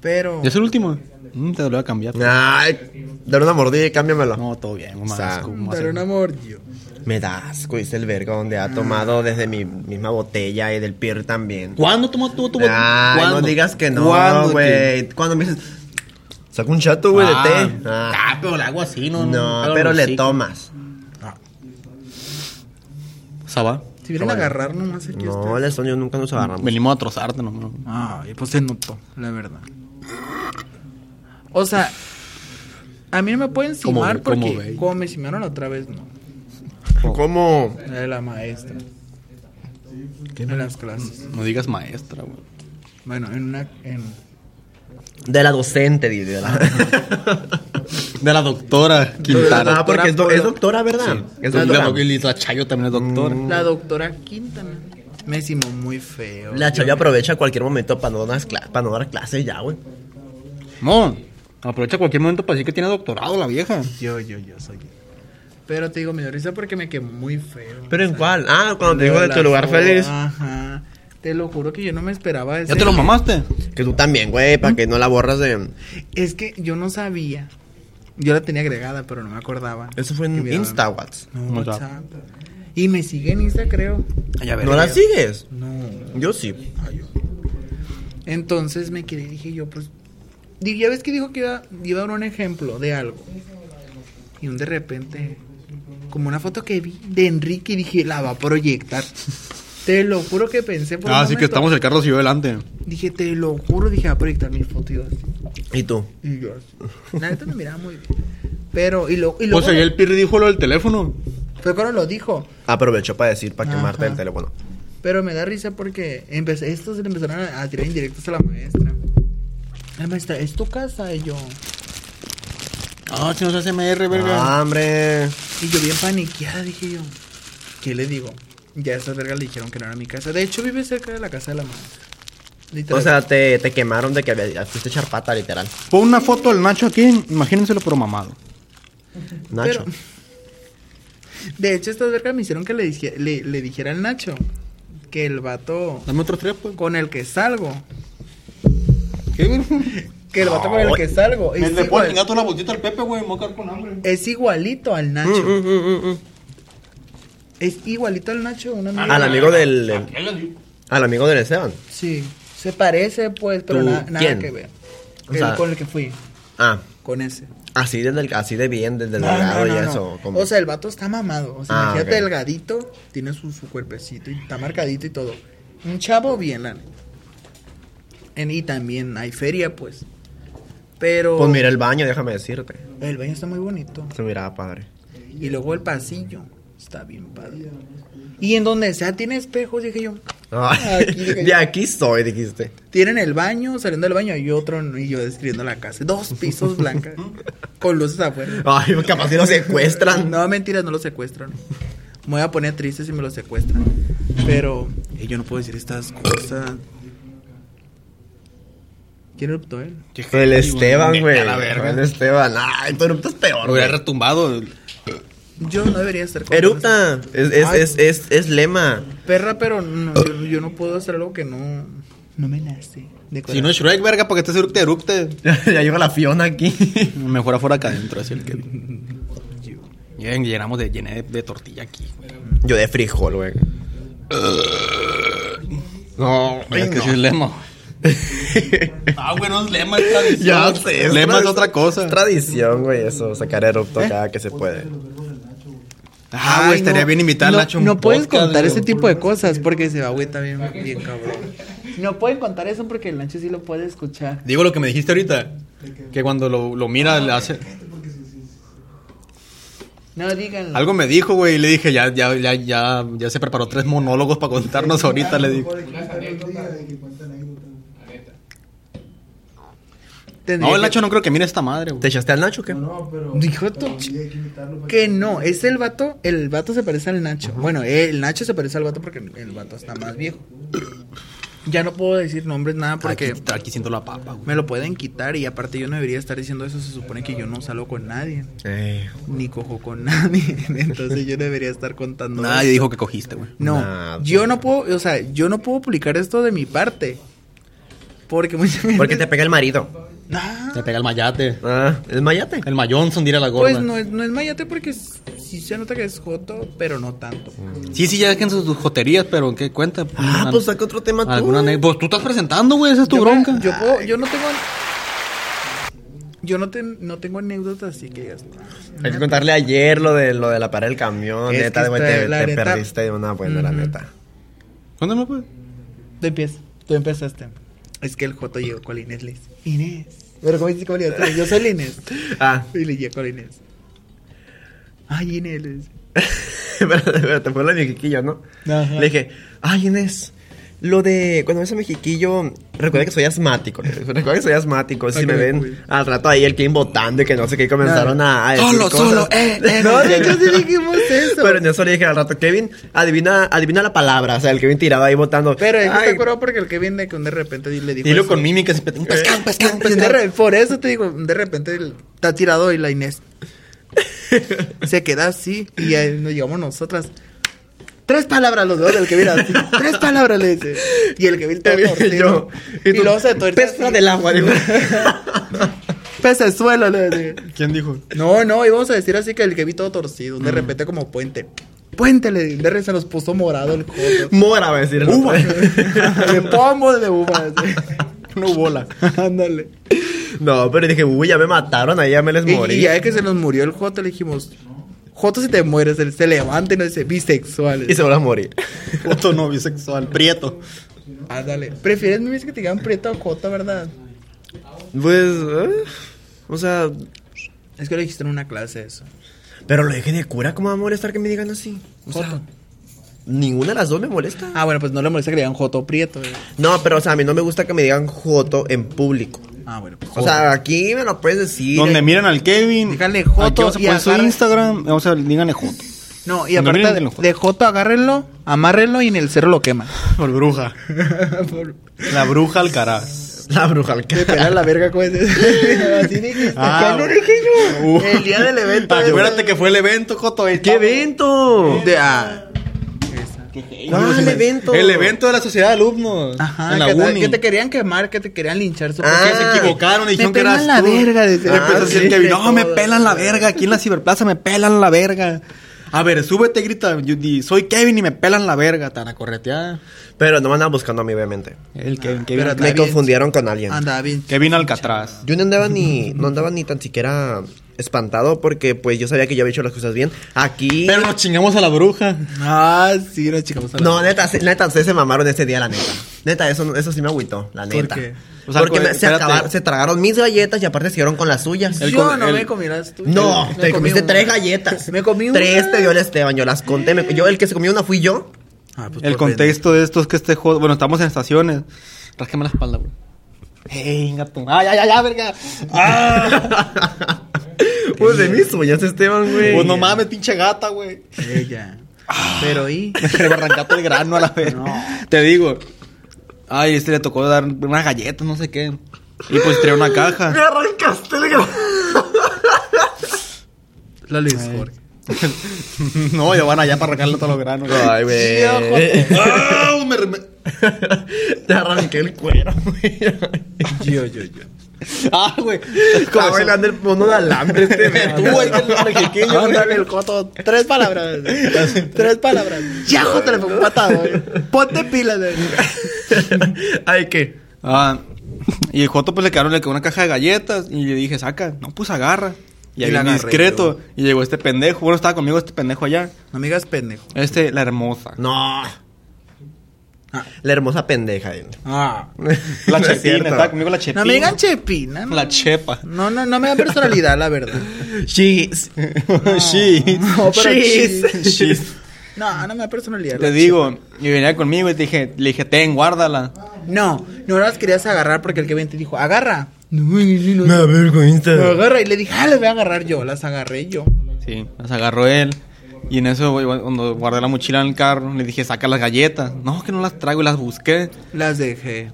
[SPEAKER 4] Pero
[SPEAKER 3] ¿Ya es el último? Mm, te lo voy a cambiar.
[SPEAKER 2] Ay, dale una mordida y cámbiamelo.
[SPEAKER 3] No, todo bien,
[SPEAKER 2] O sea,
[SPEAKER 3] mamá.
[SPEAKER 4] daré un amor yo.
[SPEAKER 2] Me da asco, dice el verga, donde ha tomado desde mi misma botella y del pier también.
[SPEAKER 3] ¿Cuándo tomó tú tu
[SPEAKER 2] Ay, no digas que no,
[SPEAKER 3] ¿Cuándo,
[SPEAKER 2] güey. Cuando me dices, saca un chato, güey,
[SPEAKER 3] Ah,
[SPEAKER 2] de té. Ah.
[SPEAKER 3] ah, pero el agua así, no.
[SPEAKER 2] No,
[SPEAKER 3] no,
[SPEAKER 2] pero le
[SPEAKER 3] sí.
[SPEAKER 2] tomas.
[SPEAKER 3] Sabá,
[SPEAKER 4] Si vienen a agarrar nomás aquí
[SPEAKER 2] No,
[SPEAKER 4] ustedes.
[SPEAKER 2] el sueño nunca nos agarramos.
[SPEAKER 3] venimos a trozarte, no, no.
[SPEAKER 4] Ay, pues se notó, la verdad. O sea, a mí no me pueden
[SPEAKER 3] ¿Cómo
[SPEAKER 4] cimar
[SPEAKER 3] ve? ¿Cómo
[SPEAKER 4] porque
[SPEAKER 3] ve?
[SPEAKER 4] como me cimaron la otra vez, no.
[SPEAKER 2] ¿Cómo?
[SPEAKER 4] De la maestra. En las clases.
[SPEAKER 3] No digas maestra, güey.
[SPEAKER 4] Bueno, en una. En...
[SPEAKER 2] De la docente, dice. de la-
[SPEAKER 3] De la doctora Quintana.
[SPEAKER 2] Ah, porque es, do- es doctora, ¿verdad?
[SPEAKER 3] Es
[SPEAKER 2] Es doctora. Mm.
[SPEAKER 3] Y la Chayo también es doctora.
[SPEAKER 4] La doctora Quintana. Me cimó muy feo.
[SPEAKER 2] La chava aprovecha cualquier momento para no dar, cla- para no dar clases ya, güey.
[SPEAKER 3] Mon, Aprovecha cualquier momento para decir que tiene doctorado la vieja.
[SPEAKER 4] Yo, yo, yo soy. Pero te digo, me dio risa porque me quemó muy feo.
[SPEAKER 2] ¿Pero en
[SPEAKER 4] O sea,
[SPEAKER 2] cuál? Ah, cuando te digo de
[SPEAKER 4] la
[SPEAKER 2] tu lugar
[SPEAKER 4] soda,
[SPEAKER 2] feliz.
[SPEAKER 4] Ajá. Te lo juro que yo no me esperaba eso.
[SPEAKER 3] ¿Ya te lo mamaste?
[SPEAKER 2] Que tú también, güey, para que no la borras de...
[SPEAKER 4] Es que yo no sabía. Yo la tenía agregada, pero no me acordaba.
[SPEAKER 2] Eso fue
[SPEAKER 4] Que
[SPEAKER 2] en
[SPEAKER 4] me daba-
[SPEAKER 2] Insta, Whats.
[SPEAKER 4] No,
[SPEAKER 3] No,
[SPEAKER 4] WhatsApp. Y me sigue en Insta, creo.
[SPEAKER 2] ¿No la sigues?
[SPEAKER 4] No.
[SPEAKER 2] Yo sí.
[SPEAKER 4] Entonces me quedé y dije yo, pues. di- Ya ves que dijo que iba, iba a dar un ejemplo de algo. Y un de repente, como una foto que vi de Enrique, y dije, la va a proyectar. Te lo juro que pensé por un
[SPEAKER 3] Ah, sí que
[SPEAKER 4] momento.
[SPEAKER 3] estamos el Carlos y yo delante.
[SPEAKER 4] Dije, te lo juro, dije, va a proyectar mi foto. Y yo así.
[SPEAKER 2] ¿Y tú?
[SPEAKER 4] Y yo así. La neta me miraba muy bien. Pero, y, lo, y luego.
[SPEAKER 3] Pues ahí el Pirri dijo lo del teléfono.
[SPEAKER 4] Fue cuando lo dijo.
[SPEAKER 2] Aprovechó para decir, para
[SPEAKER 4] Ajá.
[SPEAKER 2] quemarte el teléfono.
[SPEAKER 4] Pero me da risa porque empecé, estos le empezaron a, a tirar indirectos a la maestra. La maestra, ¿es tu casa? Y yo.
[SPEAKER 3] Ah, si no se hace MR, verga.
[SPEAKER 2] Ah, hombre.
[SPEAKER 4] Y yo bien paniqueada dije yo, ¿qué le digo? Ya esas vergas le dijeron que no era mi casa. De hecho, vive cerca de la casa de la maestra.
[SPEAKER 2] O
[SPEAKER 4] Literal.
[SPEAKER 2] sea, te, te quemaron de que había- fuiste echar pata, literal.
[SPEAKER 3] Pon una foto del Nacho aquí, imagínenselo pero mamado.
[SPEAKER 2] Nacho.
[SPEAKER 4] Pero- de hecho, estas vergas me hicieron que le, dije- le, le dijera al Nacho que el vato
[SPEAKER 3] Dame otros tres, pues.
[SPEAKER 4] con el que salgo,
[SPEAKER 3] ¿Qué, güey?
[SPEAKER 4] que el vato con el que salgo pues, es,
[SPEAKER 3] Me le puedo
[SPEAKER 4] igual-
[SPEAKER 3] chingar toda la bolsita al Pepe, güey. Me voy a quedar con hambre.
[SPEAKER 4] es igualito al Nacho.
[SPEAKER 2] Mm,
[SPEAKER 4] Es igualito al Nacho, una
[SPEAKER 2] Al amigo del... Al amigo del Esteban.
[SPEAKER 4] Sí, se parece pues, pero
[SPEAKER 2] ¿Tú?
[SPEAKER 4] na- nada
[SPEAKER 2] ¿Quién?
[SPEAKER 4] que ver.
[SPEAKER 2] O
[SPEAKER 4] El
[SPEAKER 2] sea-
[SPEAKER 4] con el que fui,
[SPEAKER 2] Ah,
[SPEAKER 4] con ese.
[SPEAKER 2] así, desde el- así de bien, desde el
[SPEAKER 4] No,
[SPEAKER 2] delgado
[SPEAKER 4] no, no,
[SPEAKER 2] y
[SPEAKER 4] no.
[SPEAKER 2] eso. como-
[SPEAKER 4] O sea, el vato está mamado. O sea,
[SPEAKER 2] Ah,
[SPEAKER 4] imagínate
[SPEAKER 2] ok.
[SPEAKER 4] delgadito, tiene su, su cuerpecito y está marcadito y todo. Un chavo bien, la neta. En- Y también hay feria, pues. Pero
[SPEAKER 2] Pues mira el baño, déjame decirte.
[SPEAKER 4] el baño está muy bonito.
[SPEAKER 2] Se miraba padre.
[SPEAKER 4] Y luego el pasillo está bien padre. Y en donde sea tiene espejos, dije yo.
[SPEAKER 2] Ay,
[SPEAKER 4] Aquí, dije
[SPEAKER 2] de
[SPEAKER 4] yo.
[SPEAKER 2] aquí soy, dijiste.
[SPEAKER 4] Tienen el baño, saliendo del baño y otro, y yo describiendo la casa. Dos pisos blancas, con luces afuera.
[SPEAKER 2] Ay, capaz si lo secuestran.
[SPEAKER 4] No, mentiras, no lo secuestran. Me voy a poner triste si me lo secuestran. Pero eh, yo no puedo decir estas cosas. ¿Quién eruptó él?
[SPEAKER 2] El Esteban, güey.
[SPEAKER 3] A la verga.
[SPEAKER 2] El Esteban. Ay, tú eruptas peor,
[SPEAKER 3] Lo hubiera
[SPEAKER 2] güey.
[SPEAKER 3] retumbado.
[SPEAKER 4] Yo no debería estar con
[SPEAKER 2] Erupta. Es, es,
[SPEAKER 4] Ay.
[SPEAKER 2] es, es, es lema.
[SPEAKER 4] Perra, pero no, yo, yo no puedo hacer algo que no. No me nace. De
[SPEAKER 3] Si no es Shrek, verga, porque este erupte, erupte.
[SPEAKER 2] ya llegó la Fiona aquí.
[SPEAKER 3] Mejor afuera acá adentro, así el que. Llen- Llenamos de, llené de, de tortilla aquí, güey.
[SPEAKER 2] Yo de frijol, güey. No,
[SPEAKER 3] Mira
[SPEAKER 2] ay,
[SPEAKER 3] que
[SPEAKER 2] no.
[SPEAKER 3] sí es lema. Ah, güey, no es lema, es tradición.
[SPEAKER 2] Ya sé. es
[SPEAKER 3] Lema
[SPEAKER 2] trad-
[SPEAKER 3] es otra cosa.
[SPEAKER 2] Es tradición, güey, eso. Sacar erupto
[SPEAKER 4] Eh.
[SPEAKER 2] cada que se puede.
[SPEAKER 3] Ah, güey, estaría bien invitar
[SPEAKER 4] no,
[SPEAKER 3] a Nacho a un
[SPEAKER 4] No puedes
[SPEAKER 3] podcast,
[SPEAKER 4] contar
[SPEAKER 3] güey.
[SPEAKER 4] ese tipo de cosas porque se va güey también bien cabrón. No pueden contar eso porque el Nacho sí lo puede escuchar.
[SPEAKER 3] Digo lo que me dijiste ahorita. Que cuando lo, lo mira, le hace.
[SPEAKER 4] No díganlo.
[SPEAKER 3] Algo me dijo, güey, y le dije, ya, ya, ya, ya, ya se preparó tres monólogos para contarnos ahorita, le digo.
[SPEAKER 4] Tendría
[SPEAKER 3] No, el
[SPEAKER 4] que-
[SPEAKER 3] Nacho no creo que mire esta madre, güey.
[SPEAKER 2] ¿Te echaste al Nacho o qué?
[SPEAKER 4] Dijo tu ch- que no, es el vato, el vato se parece al Nacho. Bueno, eh, el Nacho se parece al vato porque el vato está más viejo. Ya no puedo decir nombres, nada, porque
[SPEAKER 3] Aquí, aquí siento la papa, güey.
[SPEAKER 4] me lo pueden quitar y aparte yo no debería estar diciendo eso, se supone que yo no salgo con nadie,
[SPEAKER 2] Eh,
[SPEAKER 4] ni cojo con nadie, entonces yo no debería estar contando.
[SPEAKER 3] Nadie
[SPEAKER 4] eso.
[SPEAKER 3] dijo que cogiste, güey.
[SPEAKER 4] No,
[SPEAKER 2] Nada.
[SPEAKER 4] yo no puedo, o sea, yo no puedo publicar esto de mi parte. Porque mucha gente-
[SPEAKER 2] porque te pega el marido.
[SPEAKER 4] Ah,
[SPEAKER 3] Te pega el mayate.
[SPEAKER 2] Ah, el mayate.
[SPEAKER 3] El mayonson, dirá la gorda.
[SPEAKER 4] pues no es, no es mayate porque s- sí se nota que es joto, pero no tanto.
[SPEAKER 3] Sí, sí, ya dejen sus sus joterías, pero ¿qué cuenta?
[SPEAKER 2] Ah, pues saca otro tema tú.
[SPEAKER 3] ¿Alguna
[SPEAKER 2] güey.
[SPEAKER 3] ane- Pues tú estás presentando, güey, esa es tu
[SPEAKER 4] yo me-
[SPEAKER 3] bronca.
[SPEAKER 4] yo, puedo- yo no tengo. Yo no, ten- no tengo anécdotas, así que ya está.
[SPEAKER 2] Hay que contarle ayer lo de lo de la pared del camión,
[SPEAKER 4] Es
[SPEAKER 2] neta,
[SPEAKER 4] que
[SPEAKER 2] güey,
[SPEAKER 4] está-
[SPEAKER 2] te,
[SPEAKER 4] la
[SPEAKER 2] te
[SPEAKER 4] neta-
[SPEAKER 2] perdiste de una buena, la neta.
[SPEAKER 3] Cuéntame, pues.
[SPEAKER 4] Tú empiezas, tú empezaste. Es que el Joto llegó con la Inés. Le dice, Inés. Pero ¿cómo dices? ¿Cómo le dices? Yo soy la Inés.
[SPEAKER 2] Ah,
[SPEAKER 4] Y le llegó con la Inés. Ay, Inés. le dice.
[SPEAKER 2] espérate, espérate, fue la de Quiquillo, ¿no?
[SPEAKER 4] Ajá.
[SPEAKER 2] Le dije, ay Inés, Lo de cuando ves a Mexiquillo, recuerda que soy asmático. ¿no? Recuerda que soy asmático. Si
[SPEAKER 4] Ok,
[SPEAKER 2] me ven
[SPEAKER 4] cool.
[SPEAKER 2] al rato ahí el que votando y que no sé qué, y comenzaron a. a decir
[SPEAKER 4] Solo,
[SPEAKER 2] cosas.
[SPEAKER 4] solo, eh, eh,
[SPEAKER 2] no, de hecho, sí
[SPEAKER 4] dijimos eso.
[SPEAKER 2] Pero en eso le dije al rato, Kevin, adivina, adivina la palabra. O sea, el Kevin tiraba ahí votando.
[SPEAKER 4] Pero él
[SPEAKER 2] Ay,
[SPEAKER 4] te acuerdo porque el que viene con de repente le dijo.
[SPEAKER 3] Dilo
[SPEAKER 4] eso. pues
[SPEAKER 3] con mímica, siempre,
[SPEAKER 4] Eh,
[SPEAKER 3] un pescado, un pescado, un
[SPEAKER 4] Y de
[SPEAKER 3] pescado.
[SPEAKER 4] re- por eso te digo, de repente el- está tirado y la Inés se queda así y ahí nos llegamos nosotras. Tres palabras los dos del que viene así. Tres palabras le dice. Y el que viene todo
[SPEAKER 2] Y yo.
[SPEAKER 4] torcido. Y,
[SPEAKER 2] tú,
[SPEAKER 4] luego se tuerce
[SPEAKER 2] Pesca
[SPEAKER 4] así.
[SPEAKER 2] del agua, digo.
[SPEAKER 4] Pesa el suelo. le dice.
[SPEAKER 3] ¿Quién dijo?
[SPEAKER 4] No, no, íbamos a decir así que el que vi todo torcido.
[SPEAKER 3] Mm.
[SPEAKER 4] De repente como puente. Puente, le dice. De repente se nos puso morado el codo.
[SPEAKER 2] Mora, va a decir. el
[SPEAKER 4] Uva.
[SPEAKER 2] otro.
[SPEAKER 4] de pomo de uva. así. No bola. Ándale.
[SPEAKER 2] No, pero dije, uy, ya me mataron, ahí ya me les
[SPEAKER 4] Y,
[SPEAKER 2] morí.
[SPEAKER 4] y ya que se nos murió el Joto, le dijimos, Joto, si te mueres, él se levanta y nos dice, bisexual.
[SPEAKER 2] Y se van a morir.
[SPEAKER 3] Otro no, bisexual, prieto.
[SPEAKER 4] Ándale. Prefieres memes que te digan prieto o Joto, ¿verdad?
[SPEAKER 2] Pues. eh, o sea.
[SPEAKER 4] Es que lo dijiste en una clase eso.
[SPEAKER 2] Pero lo dije de cura, ¿cómo va a molestar que me digan así? O sea,
[SPEAKER 4] Joto.
[SPEAKER 2] ninguna de las dos me molesta.
[SPEAKER 4] Ah, bueno, pues no le molesta que le digan Joto o prieto. eh.
[SPEAKER 2] No, pero o sea, a mí no me gusta que me digan Joto en público.
[SPEAKER 4] Ah, bueno, pues
[SPEAKER 2] O sea, aquí me lo puedes decir.
[SPEAKER 3] Donde
[SPEAKER 2] Eh,
[SPEAKER 3] miran al Kevin.
[SPEAKER 4] Díganle Joto
[SPEAKER 3] Aquí vamos a
[SPEAKER 4] y
[SPEAKER 3] poner su
[SPEAKER 4] agarra-
[SPEAKER 3] Instagram. Vamos a díganle Joto.
[SPEAKER 4] No, y
[SPEAKER 3] Cuando
[SPEAKER 4] aparte
[SPEAKER 3] miren el Joto.
[SPEAKER 4] de Joto, agárrenlo, amárrenlo y en el cerro lo queman.
[SPEAKER 3] Por bruja. La bruja Alcaraz.
[SPEAKER 2] La bruja al
[SPEAKER 4] Te pela la verga con ese. Así dijiste.
[SPEAKER 3] Ah,
[SPEAKER 4] ¿Cuándo dije yo?
[SPEAKER 3] Uh.
[SPEAKER 4] El día del evento.
[SPEAKER 3] Ah,
[SPEAKER 4] ese.
[SPEAKER 3] Acuérdate que fue el evento, Joto. ahí
[SPEAKER 2] ¡Qué
[SPEAKER 3] estaba.
[SPEAKER 2] evento!
[SPEAKER 4] De- ah,
[SPEAKER 2] ¡Ah, el evento!
[SPEAKER 3] El evento de la sociedad de alumnos.
[SPEAKER 4] Ajá,
[SPEAKER 3] en la
[SPEAKER 4] que, te-
[SPEAKER 3] uni.
[SPEAKER 4] que te querían quemar, que te querían linchar. supongo.
[SPEAKER 2] Ah,
[SPEAKER 3] Que se equivocaron y dijeron que eras
[SPEAKER 4] la
[SPEAKER 3] tú.
[SPEAKER 4] verga. dice.
[SPEAKER 3] Empezó
[SPEAKER 2] Ah,
[SPEAKER 3] a decir
[SPEAKER 2] sí,
[SPEAKER 3] Kevin,
[SPEAKER 2] de
[SPEAKER 3] no, me
[SPEAKER 2] todo.
[SPEAKER 3] pelan la verga. Aquí en la ciberplaza me pelan la verga. A ver, súbete, grita. yo di, soy Kevin y me pelan la verga. Tan a corretear.
[SPEAKER 2] Pero no me andaban buscando a mí, obviamente.
[SPEAKER 3] El Kevin,
[SPEAKER 4] pero
[SPEAKER 3] Kevin,
[SPEAKER 4] Está
[SPEAKER 2] Me
[SPEAKER 4] bien.
[SPEAKER 2] confundieron con alguien.
[SPEAKER 4] Andaba bien.
[SPEAKER 3] Kevin Alcatraz.
[SPEAKER 2] Yo no andaba ni, no andaba ni tan siquiera espantado porque pues yo sabía que yo había hecho las cosas bien. Aquí.
[SPEAKER 3] Pero nos chingamos a la bruja.
[SPEAKER 4] Ah, sí, nos chicamos a la-
[SPEAKER 2] No, neta, se- neta, ustedes se mamaron ese día, la neta. Neta, eso, eso sí me agüitó, la neta.
[SPEAKER 4] qué?
[SPEAKER 3] O sea,
[SPEAKER 2] Porque
[SPEAKER 3] co-
[SPEAKER 2] me- se,
[SPEAKER 3] espérate.
[SPEAKER 2] acabaron- se tragaron mis galletas y aparte siguieron con las suyas.
[SPEAKER 3] El
[SPEAKER 4] Yo
[SPEAKER 3] con-
[SPEAKER 4] no
[SPEAKER 3] el-
[SPEAKER 4] me comieras tú.
[SPEAKER 2] No,
[SPEAKER 4] Me
[SPEAKER 2] te
[SPEAKER 4] comí
[SPEAKER 2] comiste
[SPEAKER 4] una.
[SPEAKER 2] tres galletas.
[SPEAKER 4] Me comí una.
[SPEAKER 2] Tres te dio el Esteban, yo las conté. me- yo, el que se comió una fui yo.
[SPEAKER 4] Ah, pues,
[SPEAKER 3] El
[SPEAKER 4] por
[SPEAKER 3] contexto de esto es que este juego. Bueno, estamos en estaciones. Rasqueme la espalda, güey. ¡Ey, gato! ¡Ah, ya, ya, ya, verga! ¡Ah!
[SPEAKER 2] Pues de mis sueños, Esteban, güey.
[SPEAKER 3] pues no mames, pinche gata, güey.
[SPEAKER 4] pendejo. Ella. Pero y.
[SPEAKER 3] Le arrancaste el grano a la vez. Te digo. Ay, este le tocó dar unas galletas, no sé qué. Y pues trae una
[SPEAKER 2] Me
[SPEAKER 3] caja.
[SPEAKER 2] arrancaste el gra-
[SPEAKER 4] La Luis Jorge.
[SPEAKER 3] no, ya van allá para arrancarle todos los granos.
[SPEAKER 2] Ay, güey.
[SPEAKER 3] ¡Ah! Me, me-
[SPEAKER 2] Te arranqué el cuero, güey.
[SPEAKER 4] Yo, yo, yo.
[SPEAKER 3] ¡Ah, güey!
[SPEAKER 2] Está bailando el mono de alambre este, güey.
[SPEAKER 3] Tú, güey, que el mexiquillo, güey.
[SPEAKER 4] Ándale, Ah, el coto. Tres palabras. Tres palabras. Ya, Joto, le pongo un patado. eh. Ponte pilas. eh.
[SPEAKER 2] Ay, ¿qué?
[SPEAKER 3] Ah, y el Joto pues le quedaron le quedó una caja de galletas y le dije, saca, no, pues agarra. Y
[SPEAKER 4] Y
[SPEAKER 3] ahí
[SPEAKER 4] la agarré
[SPEAKER 3] discreto. Y llegó este pendejo. Bueno, estaba conmigo este pendejo allá.
[SPEAKER 4] No me digas pendejo.
[SPEAKER 3] Este, la hermosa.
[SPEAKER 2] No. La hermosa pendeja. eh.
[SPEAKER 4] Ah.
[SPEAKER 3] Ah. La
[SPEAKER 2] No es
[SPEAKER 3] chepina,
[SPEAKER 2] cierto.
[SPEAKER 3] estaba conmigo la chepina.
[SPEAKER 4] No me digan chepina. no.
[SPEAKER 3] La chepa.
[SPEAKER 4] No, no, no me da personalidad, la verdad.
[SPEAKER 2] She's.
[SPEAKER 3] sí.
[SPEAKER 4] No, pero
[SPEAKER 2] She's.
[SPEAKER 4] chis.
[SPEAKER 3] Chis.
[SPEAKER 4] No, no me da personalidad.
[SPEAKER 3] Te
[SPEAKER 4] la
[SPEAKER 3] digo, y venía conmigo y te dije, le dije, ten, guárdala.
[SPEAKER 4] No, no las querías agarrar porque el que ven te dijo, agarra. No, no,
[SPEAKER 2] Me
[SPEAKER 4] no.
[SPEAKER 2] avergüenza.
[SPEAKER 4] Lo agarra y le dije, ah, las voy a agarrar yo. Las agarré yo.
[SPEAKER 3] Sí, las agarró él. Y en eso, güey, cuando guardé la mochila en el carro, le dije, saca las galletas. No, que no las traigo y las busqué.
[SPEAKER 4] Las dejé.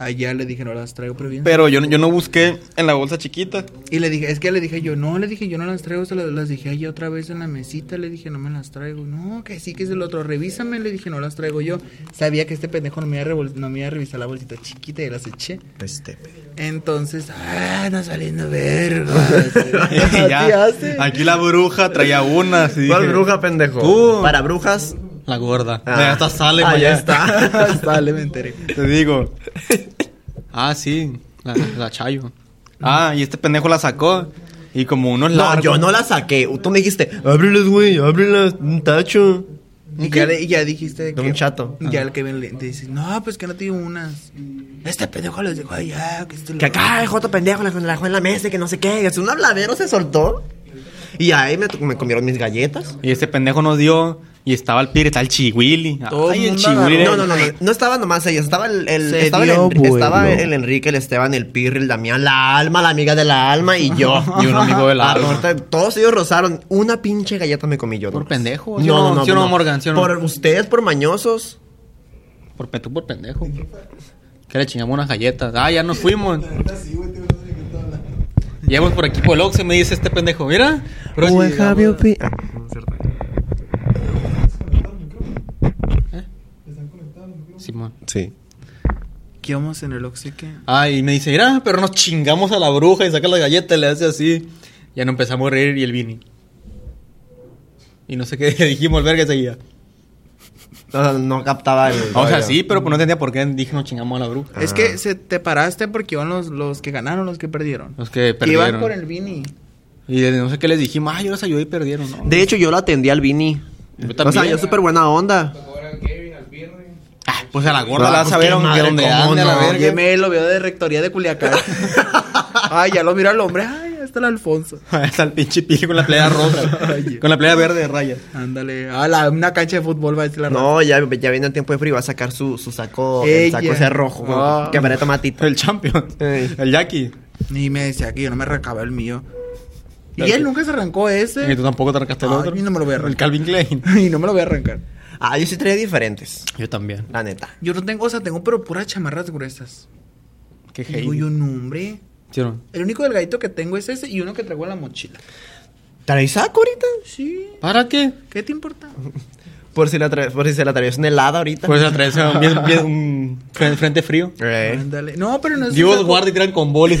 [SPEAKER 4] Allá le dije, no las traigo, pero bien.
[SPEAKER 3] Pero yo, no- yo no busqué en la bolsa chiquita.
[SPEAKER 4] Y le dije, es que le dije yo, no, le dije, yo no las traigo, se las, las dejé allá otra vez en la mesita, le dije, no me las traigo. No, que sí, que es el otro, revísame, le dije, no las traigo yo. Sabía que este pendejo no me iba a, revol- no me iba a revisar la bolsita chiquita y las eché.
[SPEAKER 2] Este, güey.
[SPEAKER 4] Entonces, ah, no saliendo verga.
[SPEAKER 3] Y ya,
[SPEAKER 4] Así hace.
[SPEAKER 3] Aquí la bruja traía unas. y
[SPEAKER 2] ¿Cuál
[SPEAKER 3] dije,
[SPEAKER 2] bruja, pendejo?
[SPEAKER 3] Tú.
[SPEAKER 2] Para brujas.
[SPEAKER 3] La gorda.
[SPEAKER 2] Ah.
[SPEAKER 3] Ya está, sale,
[SPEAKER 2] Ah,
[SPEAKER 3] güey,
[SPEAKER 2] ya
[SPEAKER 3] ya.
[SPEAKER 2] está.
[SPEAKER 4] Sale, me enteré.
[SPEAKER 3] Te digo. Ah, sí. La, la chayo. Ah, y este pendejo la sacó. Y como unos
[SPEAKER 2] No,
[SPEAKER 3] largos.
[SPEAKER 2] yo no la saqué. Tú me dijiste, ábrelas, güey, ábrelas, un tacho.
[SPEAKER 4] Y ya, le- y ya dijiste
[SPEAKER 2] De un chato.
[SPEAKER 3] Ah.
[SPEAKER 4] Ya el que ven te dice, no, pues que no te dio unas. Este pendejo les dijo, ay, ya, que este lo-
[SPEAKER 2] Que acá el joto pendejo la la dejó en la mesa y que no sé qué. Es un habladero, se soltó. Y ahí me, me comieron mis galletas.
[SPEAKER 3] Y este pendejo nos dio. Y estaba el Pire, estaba el Chihuili.
[SPEAKER 4] Todo
[SPEAKER 3] Ay, el
[SPEAKER 4] mundo agarró.
[SPEAKER 3] Chihuili.
[SPEAKER 2] No, no, no, no, no estaban nomás ellos, estaba el, el-
[SPEAKER 4] Se
[SPEAKER 2] estaba, el
[SPEAKER 4] dio
[SPEAKER 2] Enri- estaba
[SPEAKER 4] vuelo.
[SPEAKER 2] el Enrique, el Esteban, el Pirri, el Damián, la alma, la amiga de la alma y yo.
[SPEAKER 3] Y un amigo de la
[SPEAKER 2] Ah, ahorita todos ellos rozaron. Una pinche galleta me comí yo.
[SPEAKER 3] Por
[SPEAKER 2] nomás.
[SPEAKER 3] pendejo, ¿sí o no? ¿Sí o no, Morgan? ¿Sí o no?
[SPEAKER 2] Por ustedes, por mañosos.
[SPEAKER 3] Por pe- tú por pendejo. Que le chingamos unas galletas. Ah, ya nos fuimos. Llegamos por aquí por el Ox y me dice este pendejo, mira. Pero si llegamos- Simón.
[SPEAKER 2] Sí.
[SPEAKER 4] ¿Qué vamos en el Oxy? ¿Qué?
[SPEAKER 3] Ah, y me dice, mira, pero nos chingamos a la bruja y saca la galleta y le hace así. Ya nos empezamos a reír y el Vini. Y no sé qué dijimos, el verga seguía.
[SPEAKER 2] No, no captaba el.
[SPEAKER 3] O sea,
[SPEAKER 2] rollo.
[SPEAKER 3] sí, pero pues no entendía por qué dije nos chingamos a la bruja.
[SPEAKER 4] Es que se te paraste porque iban los, los que ganaron, los que perdieron.
[SPEAKER 3] Los que
[SPEAKER 4] Que
[SPEAKER 3] perdieron.
[SPEAKER 4] Iban por el Vini.
[SPEAKER 3] Y de- no sé qué les dijimos, ah, yo les ayudé y perdieron, ¿no?
[SPEAKER 2] De hecho, yo lo atendí al Vini.
[SPEAKER 3] Yo
[SPEAKER 2] o sea,
[SPEAKER 3] también.
[SPEAKER 2] yo Oh, súper buena onda.
[SPEAKER 3] Ah, pues a la gorda
[SPEAKER 2] Ah,
[SPEAKER 3] la
[SPEAKER 2] pues
[SPEAKER 3] saber
[SPEAKER 2] qué
[SPEAKER 3] aunque
[SPEAKER 2] madre,
[SPEAKER 3] donde
[SPEAKER 2] cómo
[SPEAKER 3] ande a la
[SPEAKER 2] no,
[SPEAKER 3] verga.
[SPEAKER 4] Oye, me lo veo de rectoría de Culiacán. Ay, ya lo miro al hombre. Ay, ahí está el Alfonso.
[SPEAKER 3] Hasta el pinche pie con la playa roja.
[SPEAKER 4] Ay,
[SPEAKER 3] con la playa verde de rayas.
[SPEAKER 4] Ándale. A la, una cancha de fútbol va a decir la raza.
[SPEAKER 2] No, ya, ya viene el tiempo de frío. Va a sacar su, su saco. El
[SPEAKER 4] Ella.
[SPEAKER 2] saco ese rojo.
[SPEAKER 4] Ah.
[SPEAKER 2] Que parece tomatito.
[SPEAKER 3] El champion.
[SPEAKER 2] Ey.
[SPEAKER 3] El Jackie.
[SPEAKER 4] Y me decía que yo no me arrancaba el mío. Y
[SPEAKER 3] Claro.
[SPEAKER 4] él nunca se arrancó
[SPEAKER 3] Y
[SPEAKER 4] ese.
[SPEAKER 3] tú tampoco te arrancaste el
[SPEAKER 4] Ay,
[SPEAKER 3] otro.
[SPEAKER 4] no me lo voy a
[SPEAKER 3] El
[SPEAKER 4] arrancar.
[SPEAKER 3] Calvin Klein.
[SPEAKER 4] Y no me lo voy a arrancar.
[SPEAKER 2] Ah, yo sí traía diferentes.
[SPEAKER 3] Yo también.
[SPEAKER 2] La neta.
[SPEAKER 4] Yo no tengo, o sea, tengo pero puras chamarras gruesas.
[SPEAKER 3] Qué
[SPEAKER 4] Y Digo
[SPEAKER 3] hate.
[SPEAKER 4] yo, no, hombre.
[SPEAKER 3] ¿Sí o no?
[SPEAKER 4] El único delgadito que tengo es ese y uno que traigo en la mochila.
[SPEAKER 2] ¿Traes saco ahorita?
[SPEAKER 4] Sí.
[SPEAKER 3] ¿Para qué?
[SPEAKER 4] ¿Qué te importa?
[SPEAKER 2] Por si, la atra- por si se la atraviesa una helada ahorita.
[SPEAKER 3] Por eso traes un, bien- bien- un fren- frente frío.
[SPEAKER 2] Eh,
[SPEAKER 4] Ándale. No, pero no es un
[SPEAKER 3] Dios
[SPEAKER 4] saco.
[SPEAKER 3] guarde y tiran con bolis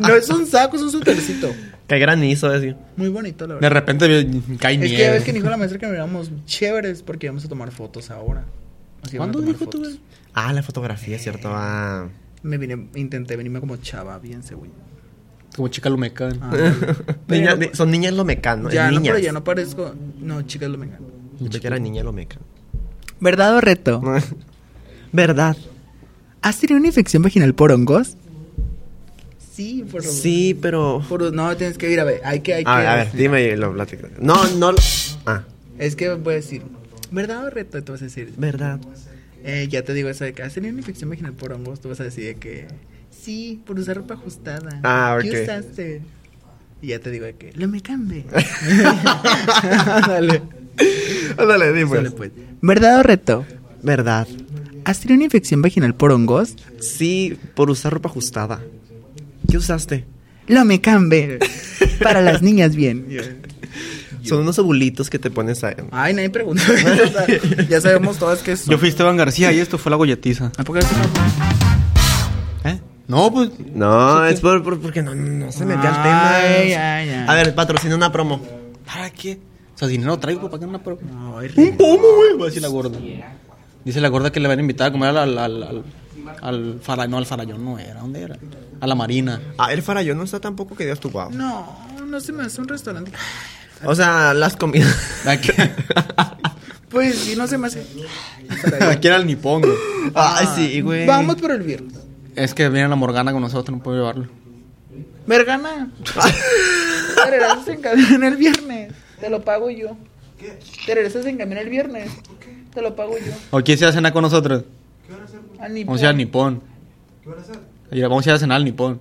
[SPEAKER 4] no es un saco, es un sutercito.
[SPEAKER 2] qué granizo decir.
[SPEAKER 4] Muy bonito, la
[SPEAKER 3] De
[SPEAKER 4] verdad.
[SPEAKER 3] repente vi- cae
[SPEAKER 4] Es
[SPEAKER 3] nieve.
[SPEAKER 4] que ya ves que dijo la maestra que miramos chéveres porque íbamos a tomar fotos ahora. Nos iban a
[SPEAKER 3] ¿Cuándo
[SPEAKER 4] tomar
[SPEAKER 3] dijo tú,
[SPEAKER 4] fotos.
[SPEAKER 3] güey?
[SPEAKER 2] Ah, la fotografía, ¿cierto? Ah.
[SPEAKER 4] Me vine, intenté venirme como chava, bien seguro.
[SPEAKER 3] Como chica lumeca.
[SPEAKER 4] Ah,
[SPEAKER 2] Niña-
[SPEAKER 4] pero-
[SPEAKER 2] ni- son niñas lomecano.
[SPEAKER 4] ya no,
[SPEAKER 2] Pues niñas.
[SPEAKER 4] pero ya no parezco. No, chicas, lo me engaño.
[SPEAKER 2] Yo pensé que era niña lomeca.
[SPEAKER 4] ¿Verdad o reto?
[SPEAKER 2] ¿Verdad?
[SPEAKER 4] ¿Has tenido una infección vaginal por hongos? Sí, por hongos.
[SPEAKER 2] Sí, pero.
[SPEAKER 4] Por- no, tienes que ir a ver. Hay que, hay
[SPEAKER 2] Ah, A ver,
[SPEAKER 4] que.
[SPEAKER 2] a ver, dime y lo platico. No, no. lo- Ah,
[SPEAKER 4] Es que voy a decir, ¿verdad o reto? Te vas a decir,
[SPEAKER 2] ¿verdad?
[SPEAKER 4] eh, ya te digo eso de que has tenido una infección vaginal por hongos. Tú vas a decir de que, sí, por usar ropa ajustada.
[SPEAKER 2] Ah,
[SPEAKER 4] ¿Qué
[SPEAKER 2] ok.
[SPEAKER 4] usaste? Y ya te digo de que, lo me cambie.
[SPEAKER 2] Dale. Dale, dime.
[SPEAKER 4] Sale, pues. ¿Verdad o reto?
[SPEAKER 2] ¿Verdad?
[SPEAKER 4] ¿Has tenido una infección vaginal por hongos?
[SPEAKER 2] Sí, por usar ropa ajustada. ¿Qué usaste?
[SPEAKER 4] Lo me cambie. Para las niñas, bien.
[SPEAKER 2] Son unos ovulitos que te pones a.
[SPEAKER 4] Ay, nadie preguntó. eso, o sea, ya sabemos todas que es.
[SPEAKER 3] Yo fui Esteban García y esto fue la golletiza.
[SPEAKER 4] ¿A poco eres una-
[SPEAKER 3] ¿Eh? No, pues.
[SPEAKER 2] No, es por, por- porque no, no se metió al tema.
[SPEAKER 4] Ay, ay, ay.
[SPEAKER 2] A ver, patrocina una promo.
[SPEAKER 3] ¿Para qué? O sea, dinero traigo para pagar una prueba.
[SPEAKER 4] Ay,
[SPEAKER 3] Un pomo, ¿Eh? güey. Va a decir la gorda. Dice la gorda que le van a invitar a comer al. al, al, al, al fara- no, al farallón no era. ¿Dónde era? A la marina.
[SPEAKER 2] Ah, el farallón no está tampoco que digas tu guau.
[SPEAKER 4] No, no se me hace un restaurante.
[SPEAKER 2] O sea, las comidas.
[SPEAKER 3] ¿A qué?
[SPEAKER 4] Pues sí, no se me hace.
[SPEAKER 3] Aquí era el nipón, güey.
[SPEAKER 2] Ay, sí, güey.
[SPEAKER 4] Vamos por el viernes.
[SPEAKER 3] Es que viene la Morgana con nosotros, no puedo llevarlo.
[SPEAKER 4] Vergana. Te regresas en camión el viernes. Te lo pago yo. Te regresas en camión el viernes. Te lo pago yo.
[SPEAKER 3] ¿O quién se va a cenar con nosotros?
[SPEAKER 4] Al Nippon.
[SPEAKER 3] Vamos a ir al nipón. Oye, Vamos a ir a cenar al nipón.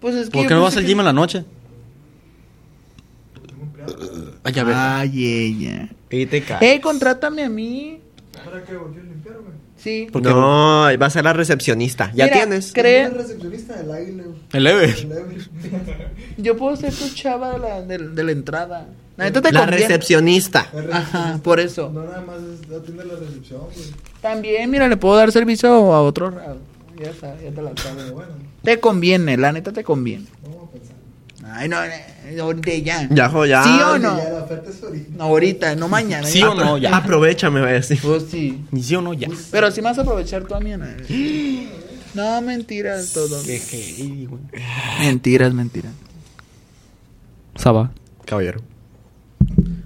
[SPEAKER 4] Pues es que
[SPEAKER 3] ¿Por
[SPEAKER 4] yo
[SPEAKER 3] qué no vas
[SPEAKER 4] pensé
[SPEAKER 3] al
[SPEAKER 4] que-
[SPEAKER 3] gym en la noche? Ay, ya ves.
[SPEAKER 4] Ay, ella.
[SPEAKER 2] Y te caes.
[SPEAKER 4] Eh, contrátame a mí. ¿Para qué? ¿Volvió a limpiarme? Sí.
[SPEAKER 2] No, va a ser la recepcionista. Pues, Ya
[SPEAKER 4] Mira,
[SPEAKER 2] tienes.
[SPEAKER 4] creen-
[SPEAKER 3] El Ever.
[SPEAKER 4] Yo puedo ser tu chava de la, de, de la entrada. La neta te
[SPEAKER 2] La
[SPEAKER 4] conviene.
[SPEAKER 2] recepcionista.
[SPEAKER 4] Ajá, por eso. No, nada más atiende la recepción, También, mira, le puedo dar servicio a otro. a- ya sabes, ya te la sabes. Te conviene, la neta te conviene. Ay, no, eh, ahorita ya.
[SPEAKER 2] Ya, jo, ya.
[SPEAKER 4] ¿Sí o no? No, ahorita, no mañana.
[SPEAKER 3] ¿Sí
[SPEAKER 4] ya.
[SPEAKER 3] o no? Ya.
[SPEAKER 2] Aprovechame, voy a decir.
[SPEAKER 4] Pues sí.
[SPEAKER 3] Ni sí o no, ya.
[SPEAKER 4] Pero sí me vas a aprovechar tú a mí, ¿no? No, mentiras, todo. Mentiras, mentiras.
[SPEAKER 3] Saba.
[SPEAKER 2] Caballero.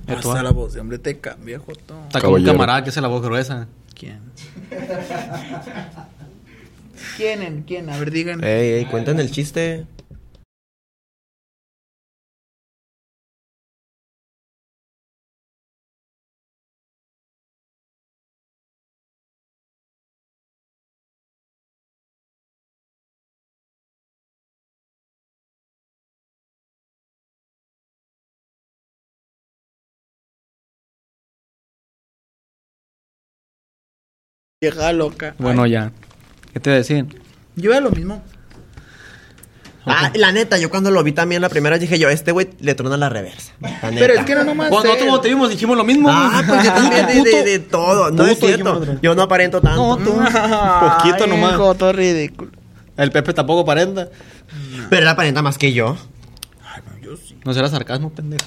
[SPEAKER 4] Hasta la voz de hombre te cambia, Joto.
[SPEAKER 3] Está como un
[SPEAKER 2] Caballero.
[SPEAKER 3] camarada que hace la voz gruesa.
[SPEAKER 4] ¿Quién? ¿Quién? en ¿Quién? A ver, digan.
[SPEAKER 3] Eh.
[SPEAKER 2] Ey, ey, cuentan el chiste.
[SPEAKER 4] Vieja loca.
[SPEAKER 3] Bueno,
[SPEAKER 4] Ay,
[SPEAKER 3] ya. ¿Qué te voy a decir?
[SPEAKER 4] Yo era lo mismo.
[SPEAKER 2] Ah, la neta, yo cuando lo vi también la primera dije yo, este güey le trona la reversa. La neta.
[SPEAKER 4] Pero es que era nomás.
[SPEAKER 3] Cuando
[SPEAKER 4] él.
[SPEAKER 3] tú te vimos, dijimos lo mismo.
[SPEAKER 2] Ah, pues yo también de, de- de todo. No
[SPEAKER 3] Puto,
[SPEAKER 2] es
[SPEAKER 3] dijimos
[SPEAKER 2] cierto.
[SPEAKER 3] nosotros.
[SPEAKER 2] Yo no aparento tanto.
[SPEAKER 3] No, tú.
[SPEAKER 4] Ay,
[SPEAKER 3] Poquito nomás.
[SPEAKER 4] Joto ridículo.
[SPEAKER 3] El Pepe tampoco aparenta.
[SPEAKER 2] Pero él aparenta más que yo.
[SPEAKER 3] No será sarcasmo, pendejo.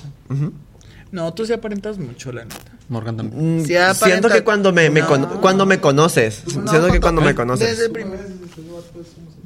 [SPEAKER 4] No, tú sí aparentas mucho, la neta.
[SPEAKER 3] Morgan también.
[SPEAKER 2] Mm,
[SPEAKER 4] Sí, aparenta-
[SPEAKER 2] siento que cuando me, me con-
[SPEAKER 4] No.
[SPEAKER 2] cuando me conoces. siento que cuando me
[SPEAKER 4] Desde
[SPEAKER 2] conoces.
[SPEAKER 4] el primer.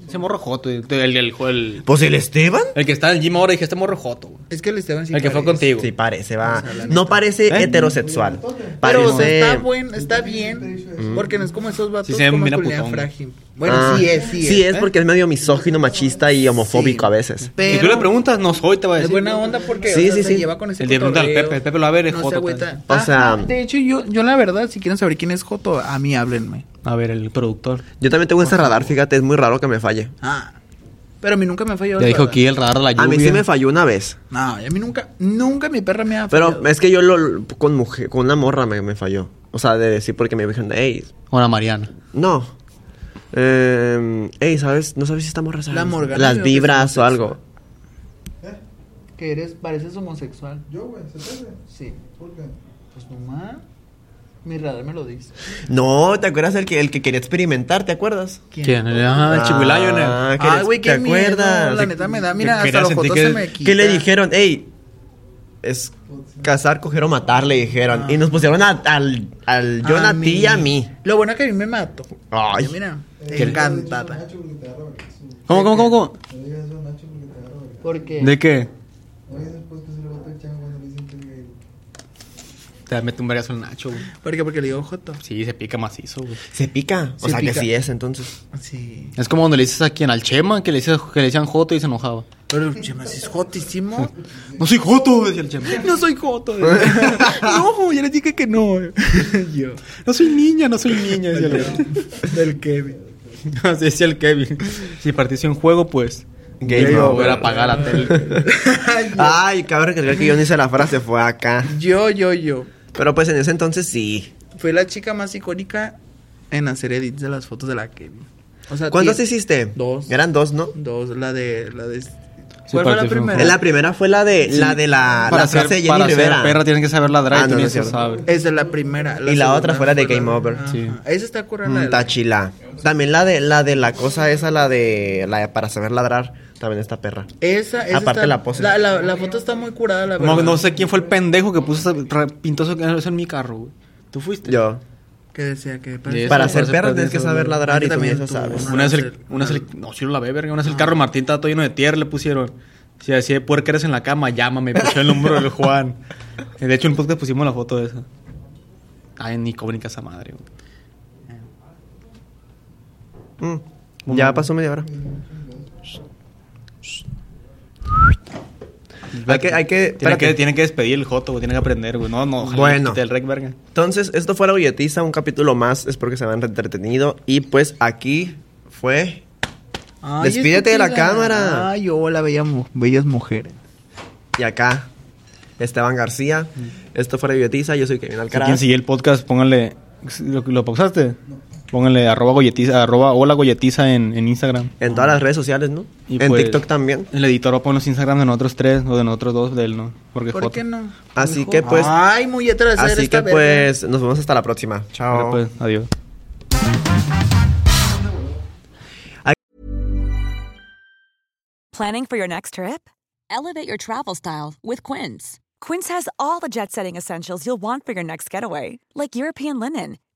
[SPEAKER 3] Ese morro joto. El, el, el, el-
[SPEAKER 2] Pues el Esteban.
[SPEAKER 3] el que está en el gym ahora dije, este morro joto. güey.
[SPEAKER 4] Es que el Esteban sí.
[SPEAKER 3] El que fue
[SPEAKER 4] parece.
[SPEAKER 3] contigo.
[SPEAKER 2] Sí, parece, va. No parece
[SPEAKER 3] ¿Eh?
[SPEAKER 2] heterosexual.
[SPEAKER 4] Pero o sea, está
[SPEAKER 2] Parece.
[SPEAKER 4] buen, está bien. Porque no es como esos vatos
[SPEAKER 3] Sí, se ven
[SPEAKER 4] como
[SPEAKER 3] bien
[SPEAKER 4] masculinidad
[SPEAKER 3] putón.
[SPEAKER 4] frágil. Bueno,
[SPEAKER 2] Ah,
[SPEAKER 4] sí es, sí es.
[SPEAKER 2] Sí es
[SPEAKER 4] ¿eh?
[SPEAKER 2] porque es medio misógino, machista y homofóbico
[SPEAKER 4] Sí.
[SPEAKER 2] a veces.
[SPEAKER 4] Pero
[SPEAKER 3] Si tú le preguntas, no soy, te va a
[SPEAKER 4] Es
[SPEAKER 3] decir.
[SPEAKER 4] buena onda porque
[SPEAKER 2] Sí,
[SPEAKER 4] o sea,
[SPEAKER 2] sí,
[SPEAKER 4] se
[SPEAKER 2] sí.
[SPEAKER 4] lleva con ese
[SPEAKER 3] El de pregunta al
[SPEAKER 4] cotorreo,
[SPEAKER 3] Pepe, el Pepe lo va a ver, es
[SPEAKER 4] no se
[SPEAKER 3] joto pues.
[SPEAKER 4] agüita.
[SPEAKER 3] también.
[SPEAKER 2] O
[SPEAKER 4] Ajá,
[SPEAKER 2] sea-
[SPEAKER 4] de hecho, yo, yo la verdad, si quieren saber quién es Joto, a mí háblenme.
[SPEAKER 3] A ver, el productor.
[SPEAKER 2] Yo también tengo ese radar, fíjate, es muy raro que me falle.
[SPEAKER 4] Ah, pero a mí nunca me ha fallado.
[SPEAKER 3] Ya
[SPEAKER 4] el
[SPEAKER 3] dijo
[SPEAKER 4] radar.
[SPEAKER 3] aquí el radar de la lluvia.
[SPEAKER 2] A mí sí me falló una vez.
[SPEAKER 4] No, a mí nunca, nunca mi perra me ha fallado.
[SPEAKER 2] Pero es que yo lo con mujer, con una morra me, me falló. O sea, de decir porque me dijeron, hey,
[SPEAKER 3] O la Mariana.
[SPEAKER 2] no. Eh, hey, ¿sabes? No sabes si esta morra sabe.
[SPEAKER 4] La Morgana,
[SPEAKER 2] Las
[SPEAKER 4] yo creo que
[SPEAKER 2] vibras
[SPEAKER 4] es
[SPEAKER 2] o algo.
[SPEAKER 4] Que eres, pareces homosexual. Yo, güey, ¿se puede? Sí. ¿Por qué? Pues nomás, mi radar me lo dice.
[SPEAKER 2] No, ¿te acuerdas el que, el que quería experimentar? ¿te acuerdas?
[SPEAKER 3] ¿Quién? Ah, el chihuilayo en el.
[SPEAKER 2] Ah, que
[SPEAKER 4] Ay,
[SPEAKER 2] les-
[SPEAKER 4] güey,
[SPEAKER 2] ¿te
[SPEAKER 4] qué miedo,
[SPEAKER 2] acuerdas?
[SPEAKER 4] La neta me da,
[SPEAKER 3] que
[SPEAKER 4] mira, hasta
[SPEAKER 3] quería
[SPEAKER 4] los
[SPEAKER 3] sentir
[SPEAKER 4] jotos
[SPEAKER 3] que-
[SPEAKER 4] se me quitan.
[SPEAKER 2] Que le dijeron, hey, es cazar, coger o matar, le dijeron. Y nos pusieron a- al, al
[SPEAKER 4] Ah. A
[SPEAKER 2] John, a ti y a
[SPEAKER 4] mí.
[SPEAKER 2] mí.
[SPEAKER 4] Lo bueno que a mí me mató.
[SPEAKER 2] Ay.
[SPEAKER 4] Mira, encantada.
[SPEAKER 3] ¿Cómo, cómo, cómo, cómo?
[SPEAKER 4] Porque
[SPEAKER 3] ¿De qué? Te mete un vergazo el Nacho, güey.
[SPEAKER 4] porque porque le digo joto.
[SPEAKER 3] Sí, se pica macizo, güey.
[SPEAKER 2] Se pica. O
[SPEAKER 4] Se
[SPEAKER 2] sea que
[SPEAKER 4] pica.
[SPEAKER 2] sí es, entonces.
[SPEAKER 4] Sí.
[SPEAKER 3] Es como cuando le dices a quien, al Chema, que le, dices, que le decían Joto y se enojaba.
[SPEAKER 4] Pero Chema, si es jotísimo.
[SPEAKER 3] No soy Joto, decía el Chema.
[SPEAKER 4] No soy joto. no, ya le dije que no. Yo.
[SPEAKER 3] No soy niña, no soy niña, decía el
[SPEAKER 4] Del Kevin.
[SPEAKER 3] Así decía el Kevin. Si partiste en juego, pues.
[SPEAKER 2] Game
[SPEAKER 3] Game
[SPEAKER 2] over.
[SPEAKER 3] over, apagar la tele.
[SPEAKER 2] Ay, cabrón, que que yo no hice la frase, fue acá.
[SPEAKER 4] Yo, yo, yo.
[SPEAKER 2] Pero pues en ese entonces sí.
[SPEAKER 4] Fue la chica más icónica en hacer edits de las fotos de la Kevin. O sea,
[SPEAKER 2] ¿Cuántas
[SPEAKER 4] tiene-
[SPEAKER 2] hiciste?
[SPEAKER 4] Dos.
[SPEAKER 2] Eran dos, ¿no?
[SPEAKER 4] Dos, la de. La de ¿Cuál fue la
[SPEAKER 3] parece
[SPEAKER 4] primera?
[SPEAKER 2] La primera fue la de la de la, la
[SPEAKER 3] ser-
[SPEAKER 2] frase de Jenny
[SPEAKER 3] para ser
[SPEAKER 2] Rivera.
[SPEAKER 3] perra tienes que saber
[SPEAKER 2] Ah,
[SPEAKER 3] ladrar y
[SPEAKER 2] no,
[SPEAKER 3] tú
[SPEAKER 2] no
[SPEAKER 3] ni
[SPEAKER 2] es
[SPEAKER 3] eso
[SPEAKER 2] cierto.
[SPEAKER 3] sabes.
[SPEAKER 4] Esa es la primera.
[SPEAKER 2] Y la
[SPEAKER 4] segunda
[SPEAKER 2] otra fue la de
[SPEAKER 4] la-
[SPEAKER 2] Game Over.
[SPEAKER 4] Ajá.
[SPEAKER 3] Sí.
[SPEAKER 4] Esa está curada. la de
[SPEAKER 2] Mm,
[SPEAKER 4] la-
[SPEAKER 2] Tachila. También la de la de la cosa esa, la de la de para saber ladrar, también esta perra.
[SPEAKER 4] Esa, esa
[SPEAKER 2] Aparte
[SPEAKER 4] está-
[SPEAKER 2] la pose.
[SPEAKER 4] La, la- la foto está muy curada, la verdad.
[SPEAKER 3] No, no sé quién fue el pendejo que puso esa- ra- pintó eso eso en mi carro, güey. ¿Tú fuiste?
[SPEAKER 2] Yo.
[SPEAKER 4] Que decía que.
[SPEAKER 3] eso,
[SPEAKER 2] Para
[SPEAKER 3] para
[SPEAKER 2] ser
[SPEAKER 3] ser
[SPEAKER 2] perra
[SPEAKER 3] perra
[SPEAKER 2] tienes que
[SPEAKER 3] tienes
[SPEAKER 2] saber
[SPEAKER 3] que
[SPEAKER 2] ladrar y tú
[SPEAKER 4] también
[SPEAKER 2] mismo
[SPEAKER 4] tú.
[SPEAKER 2] sabes.
[SPEAKER 3] Una vez el,
[SPEAKER 4] Marcel.
[SPEAKER 3] una vez el, Ah. no, sí, la verga, una vez el carro de Martín estaba todo lleno de tierra, le pusieron. Si así de puerca eres en la cama, llámame, puso el número del Juan. De hecho, en el podcast pusimos la foto de esa. Ay, ni icónica esa madre, güey.
[SPEAKER 2] Mm, Ya pasó media hora. Hay que, hay que,
[SPEAKER 3] Tiene que,
[SPEAKER 2] espérate.
[SPEAKER 3] tiene que despedir el Joto, güey, tiene que aprender, güey. No, no, ojalá
[SPEAKER 2] Bueno.
[SPEAKER 3] quite el rec, verga.
[SPEAKER 2] Entonces, esto fue La Billetiza, un capítulo más. Espero que se hayan entretenido. Y pues aquí fue
[SPEAKER 4] Ay,
[SPEAKER 2] Despídete de la
[SPEAKER 4] estúpida.
[SPEAKER 2] cámara.
[SPEAKER 4] Ay, hola, bella mu- bellas mujeres.
[SPEAKER 2] y acá Esteban García.
[SPEAKER 3] Mm.
[SPEAKER 2] Esto fue La Billetiza, yo soy Kevin
[SPEAKER 3] Si quieren
[SPEAKER 2] Alcaraz.
[SPEAKER 3] seguir el podcast, pónganle. ¿Lo, lo pausaste? Pónganle arroba golletiza, arroba hola golletiza en, en Instagram.
[SPEAKER 2] En todas las redes sociales, ¿no?
[SPEAKER 3] Y
[SPEAKER 2] en
[SPEAKER 3] pues-
[SPEAKER 2] TikTok también.
[SPEAKER 3] El editor va a poner los Instagram de nosotros tres o de nosotros dos de él, ¿no? Porque
[SPEAKER 4] ¿Por
[SPEAKER 3] Joto.
[SPEAKER 4] qué no?
[SPEAKER 2] Así
[SPEAKER 4] Hijo.
[SPEAKER 2] que, pues,
[SPEAKER 4] Ay, muy atrás.
[SPEAKER 2] Así que pues nos vemos hasta la próxima. Chao.
[SPEAKER 3] Pero, pues, adiós.
[SPEAKER 5] Planning for your next trip? Elevate your travel style with Quince. Quince has all the jet setting essentials you'll want for your next getaway, like European linen,